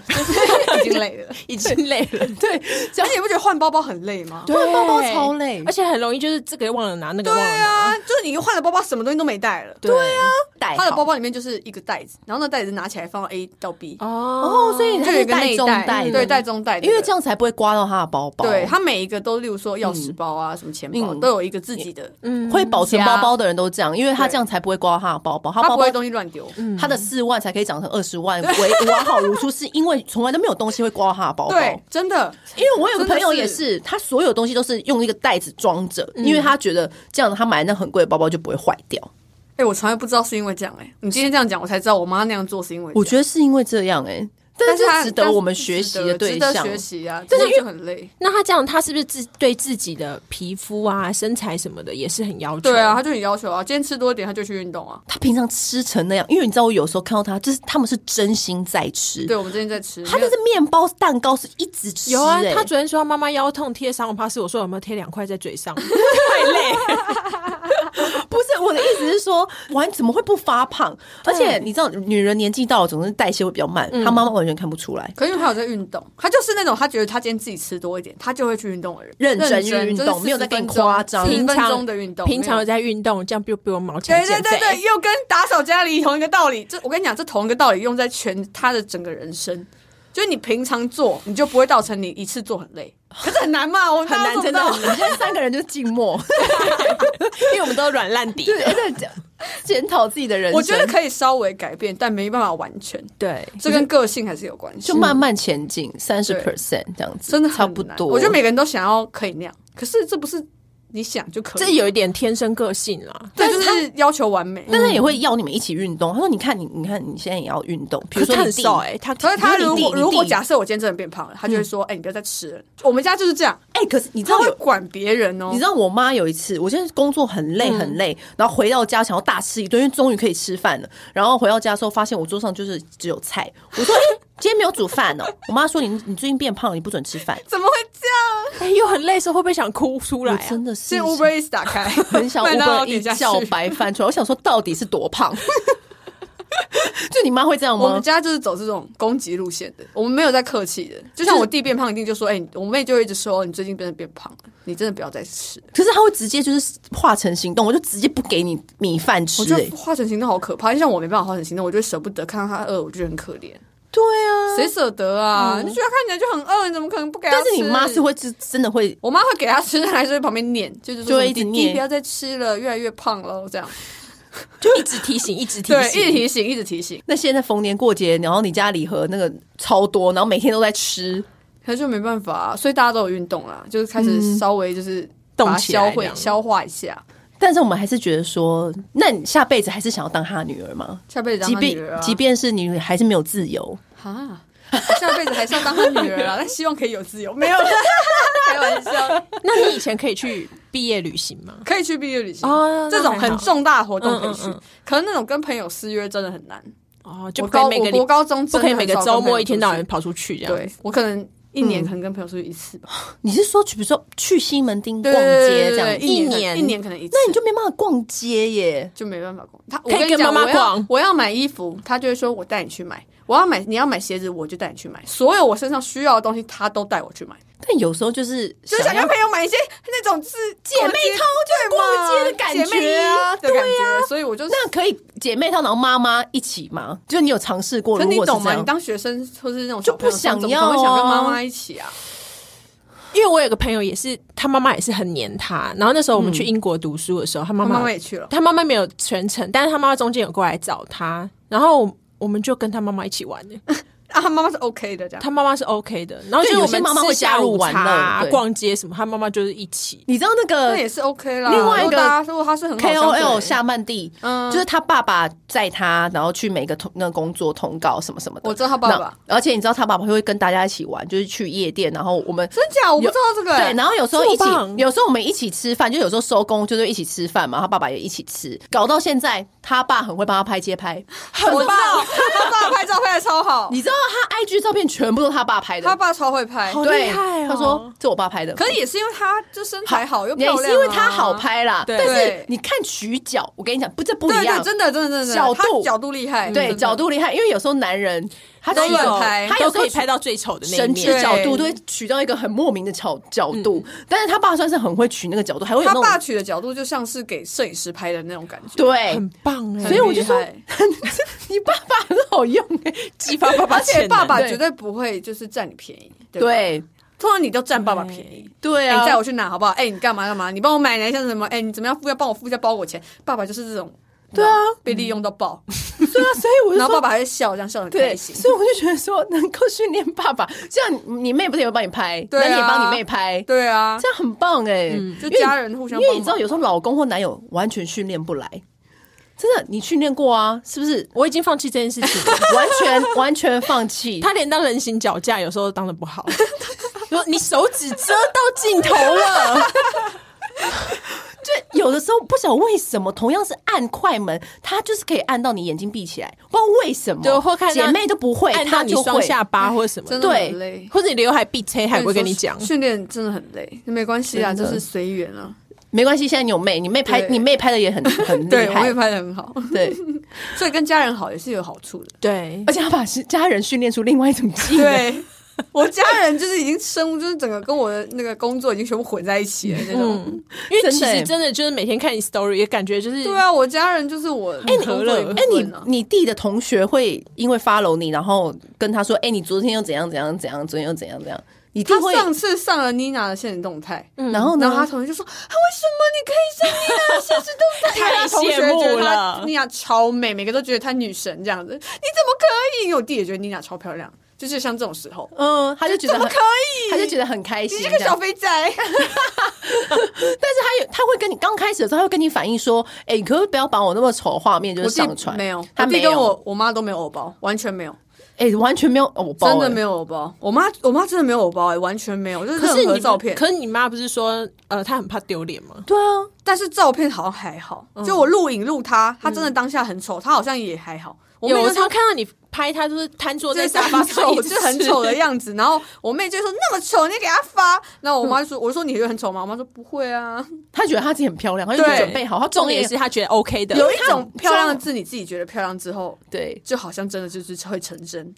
C: 已经累了。
B: 已经累了，
C: 对，而且你不觉得换包包很累吗？
A: 对，啊包包超累，
B: 而且很容易就是这个忘了拿，那个忘了
C: 对
B: 拿。
C: 啊，就是你换了包包，什么东西都没带了。
A: 对啊，带
C: 他的
A: 好
C: 包包里面就是一个袋子，然后那袋子拿起来放到 A 到 B，
B: 哦
A: 哦，所以它
C: 就有
A: 是
C: 一个
A: 带
C: 内
A: 重
C: 袋，
A: 带，
C: 对，带，中袋的，
A: 因为这样才不会刮到他的包包。
C: 对，他每一个都，例如说钥匙包啊，什么钱包，
A: 嗯
C: 都有一个自己的，
B: 嗯
A: 会保存
C: 夹
A: 包包的人都这样，因为他
C: 对
A: 这样才不会刮到他的包包，他
C: 他
A: 包
C: 不
A: 包
C: 会嗯东西乱丢。
A: 他的四万才可以涨成二十万，为完好如初，是因为从来都没有东西会刮到他的包包。
C: 对，真的，
A: 因为我有个朋友
C: 真的
A: 也
C: 是
A: 是，他所有东西都是用一个袋子装着，因为他觉得这样他买那很贵的包包就不会坏掉。
C: 哎，我从来不知道是因为这样，哎，你今天这样讲，我才知道我妈那样做是因为这样，
A: 我觉得是因为这样哎、欸，但
C: 但
A: 是
C: 是
A: 这
C: 她
A: 值得我们学
C: 值
A: 习
C: 得
A: 的对
C: 值
A: 象哦
C: 得。学习啊，
B: 但
C: 但
B: 是
C: 是就很累。
B: 那他这样，他是不是自对自己的皮肤啊、身材什么的也是很要求？
C: 对啊，，他就很要求啊，今天吃多一点，他就去运动啊。
A: 他平常吃成那样，因为你知道我有时候看到他，就是他们是真心在吃，
C: 对，我们最近在吃，
A: 他就是面包蛋糕是一直吃、欸。
B: 有啊。他昨天说他妈妈腰痛贴三五帕斯，我说有没有贴两块在嘴 上？太累。
A: 不是我的意思是说，完怎么会不发 胖？而且你知道，女人年纪到了，总是代谢会比较慢，她妈妈完全看不出来。
C: 可是因为他有在运动，他就是那种他觉得他今天自己吃多一点，他就会去运动的人，
A: 认真运
C: 就是
A: 动没有在跟你夸张
C: 40分
B: 平常
C: 钟的运动，
B: 平常
C: 没
B: 有
C: 有
B: 在运动，这样比比我毛起来
C: 对对
B: 减
C: 对对，
B: 肥。
C: 又跟打扫家里同一个道理。这我跟你讲，这同一个道理用在全他的整个人生，就是你平常做，你就不会造成你一次做很 累，可是很难嘛，我们
A: 很
C: 大家
A: 难，
C: 都做
A: 真
C: 不
A: 的
C: 到
A: 很难。现在三个人就是静默，
B: 因为我们都软烂 底。
A: 对，在检检讨自己的人生。
C: 我觉得可以稍微改变，但没办法完全，
B: 对，
C: 这跟个性还是有关系
A: 就。慢慢前进，三十 percent 这样子，
C: 真的很
A: 差不
C: 难
A: 多。嗯
C: 我觉得每个人都想要可以那样，可是这不是你想就可以，
B: 这有一点天生个性啦。
C: 对，就是要求完美。嗯
A: 但他也会要你们一起运动。他说：“你看你，你看你现在也要运动。”比如说
B: 可是他
A: 你
B: 很
A: 弟
B: 瘦，哎，他
C: 可是他如
A: 你弟你
C: 果
A: 弟
C: 如果假设我今天真的变胖了，他就会说：“哎、你不要再吃了。”我们家就是这样，
A: 哎，可是你知
C: 他
A: 道
C: 会
A: 有。
C: 管别人哦
A: 你。知道我妈有一次，我现在工作很累
C: 嗯
A: 很累，然后回到家想要大吃一顿，因为终于可以吃饭了。然后回到家的时候，发现我桌上就是只有菜。我说：“哎、今天没有煮饭哦。”我妈说：“你你最近变胖了，你不准吃饭。
C: 怎么会这
B: 哎又很累的时候，会不会想哭出”来
C: 哎
A: 我
B: 啊？
A: 真的是
C: 样？是 Uber Eats 打开，
A: 很 想
C: 麦当劳
A: Uber
C: 点
A: 一
C: 下
A: 叫
C: 去。
A: 白饭出来。我想说，到底是多胖？ 就你妈会这样
C: 我们
A: 吗？
C: 家就是走这种攻击路线的，我们没有在客气的。就像我弟变胖，一定就说：“哎、我妹就会一直说你最近变得变胖了，你真的不要再吃。
A: 可是她会直接就是化成行动，我就直接不给你米饭”吃、
C: 我觉
A: 欸
C: 得。化成行动好可怕，因为像我没办法化成行动，我就会舍不得看到他饿，我就觉得很可怜。
A: 对啊，
C: 谁舍得啊？你就觉得看起来就很饿，你怎么可能不给
A: 嗯
C: 他
A: 但
C: 吃？
A: 是你妈是会是真的会
C: 我妈会给他吃，但还是会旁边念，就是说
A: 就会
C: 什么
A: 一直
C: 弟弟
A: 念
C: 不要再吃了，越来越胖了，这样。
B: 就一直提醒，一直提
C: 对，一直
B: 醒。
C: 提醒，一直提醒，
A: 那现在逢年过节，然后你家礼盒那个超多，然后每天都在吃，
C: 可是就没办法、啊，所以大家都有运动啦，就是开始稍微就是
B: 动
C: 把它
B: 起来
C: 消
B: 这
C: 化
B: 样
C: 消化一下，
A: 但是我们还是觉得说，那你下辈子还是想要当他女儿吗？
C: 下辈子当
A: 即
C: 他女儿
A: 便
C: 啊，
A: 即便是你还是没有自由，
C: 啊，下辈子还是要当他女儿啊，但希望可以有自由，没有啦开玩笑，
B: 那你以前可以去毕业旅行吗？
C: 可以去毕业旅行
B: 哦那
C: 这种
B: 还好
C: 很重大的活动可以去，
B: 嗯嗯嗯
C: 可能那种跟朋友私约真的很难，
B: 哦，就
C: 我
B: 不可以
C: 高
B: 每个
C: 我
B: 礼
C: 国高中
B: 不
C: 真的
B: 可以每个
C: 很
B: 周
C: 少跟朋友
B: 末一天
C: 出
B: 到
C: 去
B: 晚跑出去这样。
C: 对我可能一年可能跟朋友出去一次吧，
A: 你是说比如说去西门町
C: 对
A: 逛街这
C: 对对
A: 样
C: 对
A: 子，
C: 一
B: 一
C: 年
B: 年
C: 可一年可能一次，
A: 那你就没办法逛街耶。
C: 就没办法逛。他我
B: 可以
C: 跟你
B: 跟
C: 讲，
B: 妈妈
C: 我要
B: 逛
C: 我要买衣服，他就会说我带你去买。我要买，你要买鞋子，我就带你去买。所有我身上需要的东西，他都带我去买。
A: 但有时候就是
C: 就是想
A: 想
C: 跟
A: 要
C: 朋友买一些那种就是姐
A: 妹淘
C: 对嘛
A: 逛街的感觉
C: 姐妹啊的感觉。所以我就
A: 那可以姐妹套，然后妈妈一起吗？就你有尝试过？
C: 可
A: 如
C: 你
A: 果是
C: 懂
A: 这
C: 吗？哎你
A: 样，
C: 当学生或是那种
A: 就不
C: 小朋友
A: 想要
C: 怎么可能会想跟
A: 啊
C: 妈妈一起啊？
B: 因为我有个朋友也是，他妈妈也是很黏他。然后那时候我们
A: 嗯
B: 去英国读书的时候，他妈
C: 妈
B: 妈
C: 妈也去了，
B: 他妈妈没有全程，但是他妈妈中间有过来找他，然后我们就跟他妈妈一起玩的。
C: 啊，他妈妈是 OK 的这样。
B: 他妈妈是 OK 的，然后就是
A: 对有
B: 我
A: 些
B: 们
A: 妈妈会
B: 吃下
A: 加入
B: 午
A: 玩
B: 茶啊
A: 乐对
B: 逛街什么，他妈妈就是一起。
A: 你知道那
C: 那
A: 个
C: 也是 OK 啦。
A: 另外一
C: 如
A: 个
C: 果大家如果他是很好相处的
A: KOL
C: 人
A: 夏曼蒂，
C: 嗯
A: 就是他爸爸载他，然后去每个通那个工作通告什么什么的。
C: 我知道他爸爸
A: 那，而且你知道他爸爸会跟大家一起玩，就是去夜店，然后我们。
C: 真假我不知道这个欸。
A: 对，然后有时候
B: 这么
A: 一起
B: 棒，
A: 有时候我们一起吃饭，就有时候收工就是一起吃饭嘛，他爸爸也一起吃，搞到现在他爸很会帮他拍街拍，
C: 很棒，他爸拍照拍的超好。
A: 你知道他 IG 照片全部都是他爸拍的，
C: 他爸超会拍，
B: 好
A: 对
B: 厉害哦
A: 他说这我爸拍的，
C: 可是也是因为他就身材好又
A: 也
C: 漂亮啊、
A: 是因为他好拍啦。
B: 对
A: 但是
C: 对
A: 你看取角，我跟你讲，不这不
C: 对
A: 一样
C: 对，，真的真的真的，
A: 角度
C: 他角度厉害，
A: 对
C: 真的
A: 角度厉害，因为有时候男人他
C: 都
A: 取
C: 乱
A: 角
C: 拍
A: 他
B: 都
A: 有时
B: 可
A: 候
B: 以拍到最丑的那一
A: 神
B: 面
A: 奇的
C: 对。
A: 角度，都会取到一个很莫名的角角度。但是他爸算是很会取那个角度，还会有
C: 他
A: 那
C: 爸
A: 种
C: 取的角度就像是给摄影师拍的那种感觉，
A: 对
B: 很。棒哎、
A: 所以我就说
C: 很厉害，
A: 你爸爸很好用哎，
B: 激发爸爸
C: 而且
B: 潜能，？
C: 爸爸
A: 对
C: 绝对不会就是占你便宜，对吧，
A: 对
C: 通常你都占爸爸便宜。
A: 对
C: 哎
A: 啊，
C: 你载我去哪好不好？哎、你干嘛干嘛？你帮我买哪一项什么？哎、你怎么样付要帮我付一下包裹钱？爸爸就是这种，
A: 对啊，
C: 被利用到爆，
A: 对啊，所以我就
C: 然后
A: 说
C: 爸爸还会笑，这样笑得很开
A: 对，
C: 心。
A: 所以我就觉得说，能够训练爸爸，像你妹不是也会帮你拍，
C: 对啊
A: 那你也帮你妹拍，
C: 对啊，
A: 这样很棒哎、
C: 就
A: 因为
C: 家人互相
A: 因为
C: 帮
A: 你知道，
C: 忙
A: 有时候老公或男友完全训练不来，真的，你训练过啊，是不是
B: 我已经放弃这件事 情了。
A: 完全完全放弃，
B: 他连当人形脚架有时候都当的不好，说你手指遮到镜头了，
A: 就有的时候不晓得为什么，同样是按快门，他就是可以按到你眼睛闭起来，不知道为什么，
B: 对或看到
A: 姐妹都不会，
B: 按到
A: 他
B: 你
A: 就
B: 双
A: 会。
B: 下巴或者什么的，
C: 真的
A: 对
C: 很累。
B: 或者你刘海必吹，还不会跟你讲
C: 说。训练真的很累，没关系啊，
A: 真
C: 就
A: 的
C: 是随缘啊。
A: 没关系，现在你有妹，你妹拍
C: 对
A: 你妹拍的也很很厉
C: 对，我
A: 害
C: 也，拍的很好，
A: 对，
C: 所以跟家人好也是有好处的。
B: 对，
A: 而且她把家人训练出另外一种技能，哎
C: 对，我家人 就是已经生，就是整个跟我的那个工作已经全部混在一起了那种。
B: 因为
A: 真
B: 其
A: 的
B: 实
A: 欸
B: 真的就是每天看你 story，也感觉就是
C: 对啊，我家人就是我很啊
B: 你
C: 合乐。
B: 哎
A: 哎、你你弟的同学会因为 follow 你，然后跟他说：“哎、你昨天又怎样怎样怎样，昨天又怎样怎样。”你弟
C: 他
A: 会，
C: 上次上了妮娜的现实动态，
B: 嗯
A: 然后
C: 然后他
A: 呢？
C: 同学就说：“啊，为什么你可以上妮娜的现实动态？”因为他同 学
B: 太羡慕
C: 觉得她
B: 了
C: 妮娜超美，每个都觉得她女神这样子。你怎么可以？因为我弟也觉得妮娜超漂亮，就是像这种时候，
A: 嗯，他就觉得
C: 怎么
A: 很
C: 可，以？
A: 他就觉得很开
C: 你
A: 心
C: 这
A: 这
C: 个
A: 样。
C: 小肥 宅，
A: 但是他有，他会跟你刚开始的时候，他会跟你反映说：“哎、你可不可以不要把我那么丑的画面就是上传？”
C: 没有，
A: 他
C: 我弟
A: 没
C: 跟
A: 有，
C: 我我妈都没有偶包，完全没有。
A: 哎、完全没有，哦我包
C: 真的
A: 哎
C: 没有偶包，我妈我妈真的没有偶包、欸，完全没有，就是
B: 可是
C: 任
B: 你
C: 何
B: 不
C: 照片。
B: 可是你妈不是说呃，她很怕丢脸吗？
A: 对啊，
C: 但是照片好像还好，就我录影录她，她真的当下很丑，她好像也还好。我妹
B: 有
C: 就
B: 时候看到你拍，她就是瘫坐在
C: 这
B: 沙发
C: 很
B: 上，
C: 丑，
B: 一
C: 就
B: 直
C: 是很
B: 吃
C: 丑的。样子。然后我妹就说那么丑，你给她发。然后我妈就说，我就说你觉得很丑吗？我妈说不会啊，
A: 他觉得他自己很漂亮，他就
C: 对
A: 准备好，他
B: 重
A: 重
B: 点
A: 点
B: 是她觉得 OK 的，
C: 有一种 漂亮的
A: 这
C: 字，你自己觉得漂亮之后，
A: 对。
C: 就好像真的就是会成真。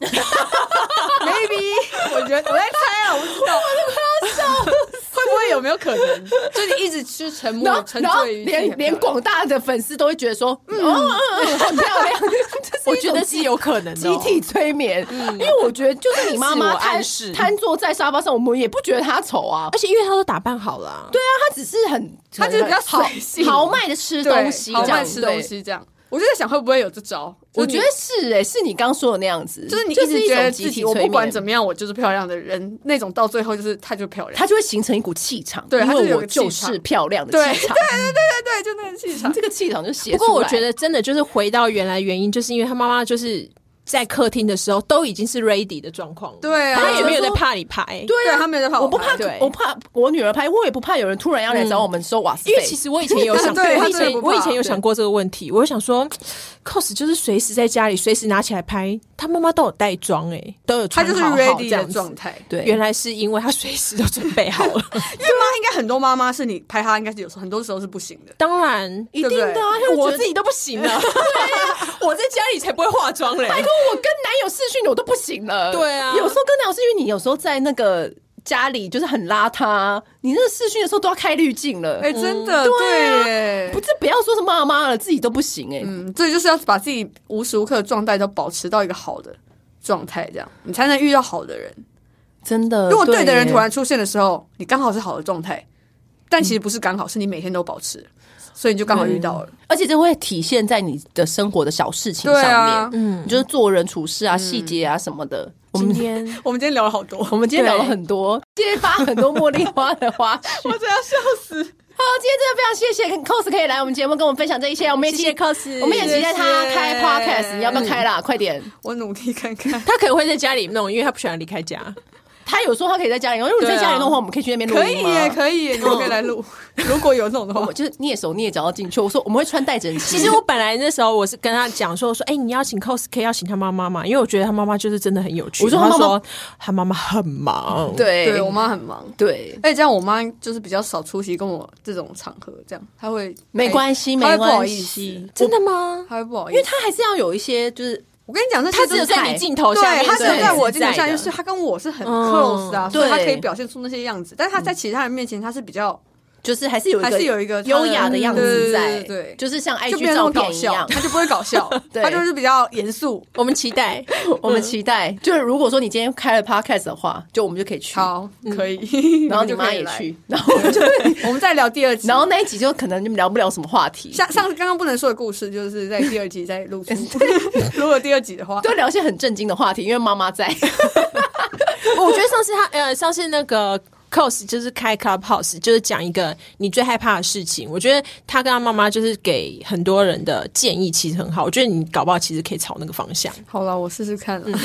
C: Maybe，我觉得我在猜啊，我不知道，我都快要笑死，会不会有没有可能？就你一直就是沉
A: 然
C: 默
A: 后，
C: 沉
A: 然后
C: 醉于自己
A: 连
C: 很漂亮
A: 连广大的粉丝都会觉得说，嗯，嗯嗯嗯很漂 亮，这是
B: 我
A: 一
B: 觉
A: 种
B: 得是有可能的
A: 集
B: 哦。
A: 体催眠，
C: 嗯
A: 因为我觉得就是你妈
B: 自
A: 妈
B: 我
A: 瘫
B: 暗示
A: 瘫坐在沙发上，我们也不觉得她丑啊。
B: 而且因为她都打扮好了啊，
A: 对啊，她只是很，
C: 她就是比较
A: 豪
C: 随性
A: 豪迈的吃
C: 对
A: 东西，
C: 豪
A: 这样
C: 迈吃东。
A: 对
C: 西这样。我就在想会不会有这招？
A: 我
C: 就
A: 觉
C: 是你
A: 得是哎，是你刚说的那样子，
C: 就是你一
A: 这
C: 直
A: 一
C: 觉
A: 种
C: 得
A: 集
C: 自
A: 体
C: 己，我
A: 催
C: 不管
A: 眠
C: 怎么样，我就是漂亮的人，那种到最后就是她就漂亮，
A: 她就会形成一股气场，
C: 对她
A: 因
C: 就有
A: 为
C: 个
A: 我
C: 气
A: 就
C: 场
A: 是漂亮的
C: 对
A: 气 场，
C: 对啊对，就那个气场。
A: 这个气场就写出
B: 不
A: 来。
B: 过我觉得真的就是回到原来原因，就是因为他妈妈就是在客厅的时候都已经是 ready 的状况了，
C: 对啊
B: 他也没有在怕你拍，对，
C: 对啊，嗯他没有在怕
A: 我不
C: 拍
A: 怕
B: 对，
A: 我怕我女儿拍，我也不怕有人突然要来找我们收瓦斯费，
B: 因为其实我以前也 有想过，
C: 对
B: 我
C: 他
B: 以
C: 真的
B: 前
C: 不怕
B: 我以前有想过这个问题，我就想说，cos 就是随时在家里随时拿起来拍，他妈妈都有带妆哎，都有
C: 他
B: 穿
C: 就是
B: 好好
C: ready
B: 这
C: 的
B: 样
C: 状
B: 子。
C: 态。
A: 对
B: 原来是因为他随时都准备 好了，
C: 因为妈应该很多妈妈是你拍她，应该是有时候很多时候是不行的。
B: 当然。
A: 一定的啊，她就觉
B: 我
A: 得
B: 自己都不行了，对 啊，我在家里才不会化妆嘞。
A: 拜托，哎我跟男友视讯我都不行了。
B: 对啊
A: 有时候跟男友视讯，你有时候在那个家里就是很邋遢，你那个视讯的时候都要开滤镜了。
C: 哎，真的对
A: 不，，这不要说是妈妈了，自己都不行哎、
C: 嗯，这就是要把自己无时无刻的状态都保持到一个好的状态，这样你才能遇到好的人。
A: 真的。
C: 如果对的人
A: 呃耶
C: 突然出现的时候，你刚好是好的状态，但
A: 嗯
C: 其实不是刚好，是你每天都保持，所以你就刚好遇到了。
A: 而且这会体现在你的生活的小事情上
C: 对
A: 面，
C: 啊嗯
A: 嗯，你就是做人处事啊、细节啊什么的。我
B: 今
A: 们
B: 天
C: 我们今天聊了好多，
A: 我们今天聊了
B: 对
A: 很 多，揭发很多茉莉花的花絮。
C: 真的要笑死。
A: 好，今天真的非常谢谢 cos 可以来我们节目跟我们分享这一些，我们也
B: 谢谢
A: 期
B: cos，
A: 我们也期待他
C: 谢谢
A: 开 podcast，你要不要开啦？快点！
C: 我努力看看。
B: 他可能会在家里弄，因为他不喜欢离开家。
A: 他有说他可以在家里弄，如果在家里弄的话，我们可以去那边录
C: 啊可以
A: 音吗
C: 耶，可以耶，你们可以 来录。如果有这种的
A: 我
C: 话
A: 们，就是蹑手蹑脚进去。我说我们会穿带整齐，
B: 其实我本来那时候我是跟他讲说，我说哎、你要请 cosplay 要请他妈妈嘛，因为我觉得他妈妈就是真的很有趣。
A: 我说
B: 然
A: 他
B: 后
A: 妈妈
B: 说他妈妈很忙，，
A: 对
C: 对我哎妈很忙，
A: 对，
C: 而且这样我妈就是比较少出席跟我这种场合，这样她会哎
A: 没关系，
C: 她
A: 没
C: 会不好
A: 关
C: 意
A: 系
C: 思，
B: 真的吗？
C: 她会不好意
A: 因
C: 思，
A: 为他还是要有一些就是
C: 我跟你讲，这
B: 他
C: 些
B: 只
C: 都
B: 有
C: 是
B: 在你镜头下面，
C: 对，他是
A: 对
C: 在我
B: 是
C: 镜头下
B: 的
C: 面，是他跟我是很 close 的啊，所以他
A: 嗯对嗯
C: 可以表现出那些样子。但是他在其他人面前，他是比较
A: 就是还是有一个
C: 还是有一个他的嗯
A: 优雅的样子在，
C: 对对对对
A: 就是像
C: 就
A: IG
C: 变得那
A: 照
C: 种搞
A: 片一
C: 笑，
A: 样。
C: 他就不会搞笑，
A: 对
C: 他就是比较严肃。
B: 我们期待。
A: 我们期待，就是如果说你今天开了 podcast 的话，就我们就可以去，
C: 好，可 以。
A: 然后
C: 你
A: 你
C: 嗯们就
A: 妈
C: 可以
A: 也
C: 来，
A: 去，然后我们就，
C: 我们再聊第二集。
A: 然后那一集就可能聊不了什么话题，
C: 下上次刚刚不能说的故事，就是在第二集再 录出。 如果第二集的话，
A: 就聊一些很震惊的话题，因为妈妈在。
B: 我觉得上次他呃，上次那个 cos 就是开 clubhouse，就是讲一个你最害怕的事情。我觉得他跟他妈妈就是给很多人的建议，其实很好。我觉得你搞不好其实可以朝那个方向。
C: 好了，我试试看啊。
A: 嗯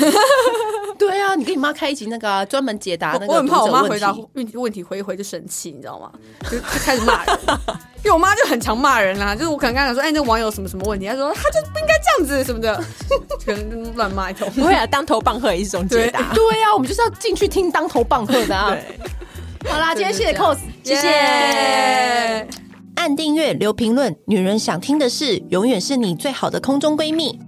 A: 对啊，你跟你妈开一集那个啊专门解答那个
C: 我很怕我妈
A: 读者问
C: 回答
A: 题
C: 问问题回一回就生气，你知道吗？就就开始骂人， 因为我妈就很常骂人啦、就是我可能刚讲说，哎、那网友什么什么问题，她说她就不应该这样子什么的， 可能乱骂一通。
B: 不会啊，当头棒喝也是一种解答。
A: 对啊，我们就是要进去听当头棒喝的啊。好啦，今天谢谢
C: 对对
A: cos，谢谢。
C: 耶
A: 按订阅，留评论，女人想听的事，永远是你最好的空中闺蜜。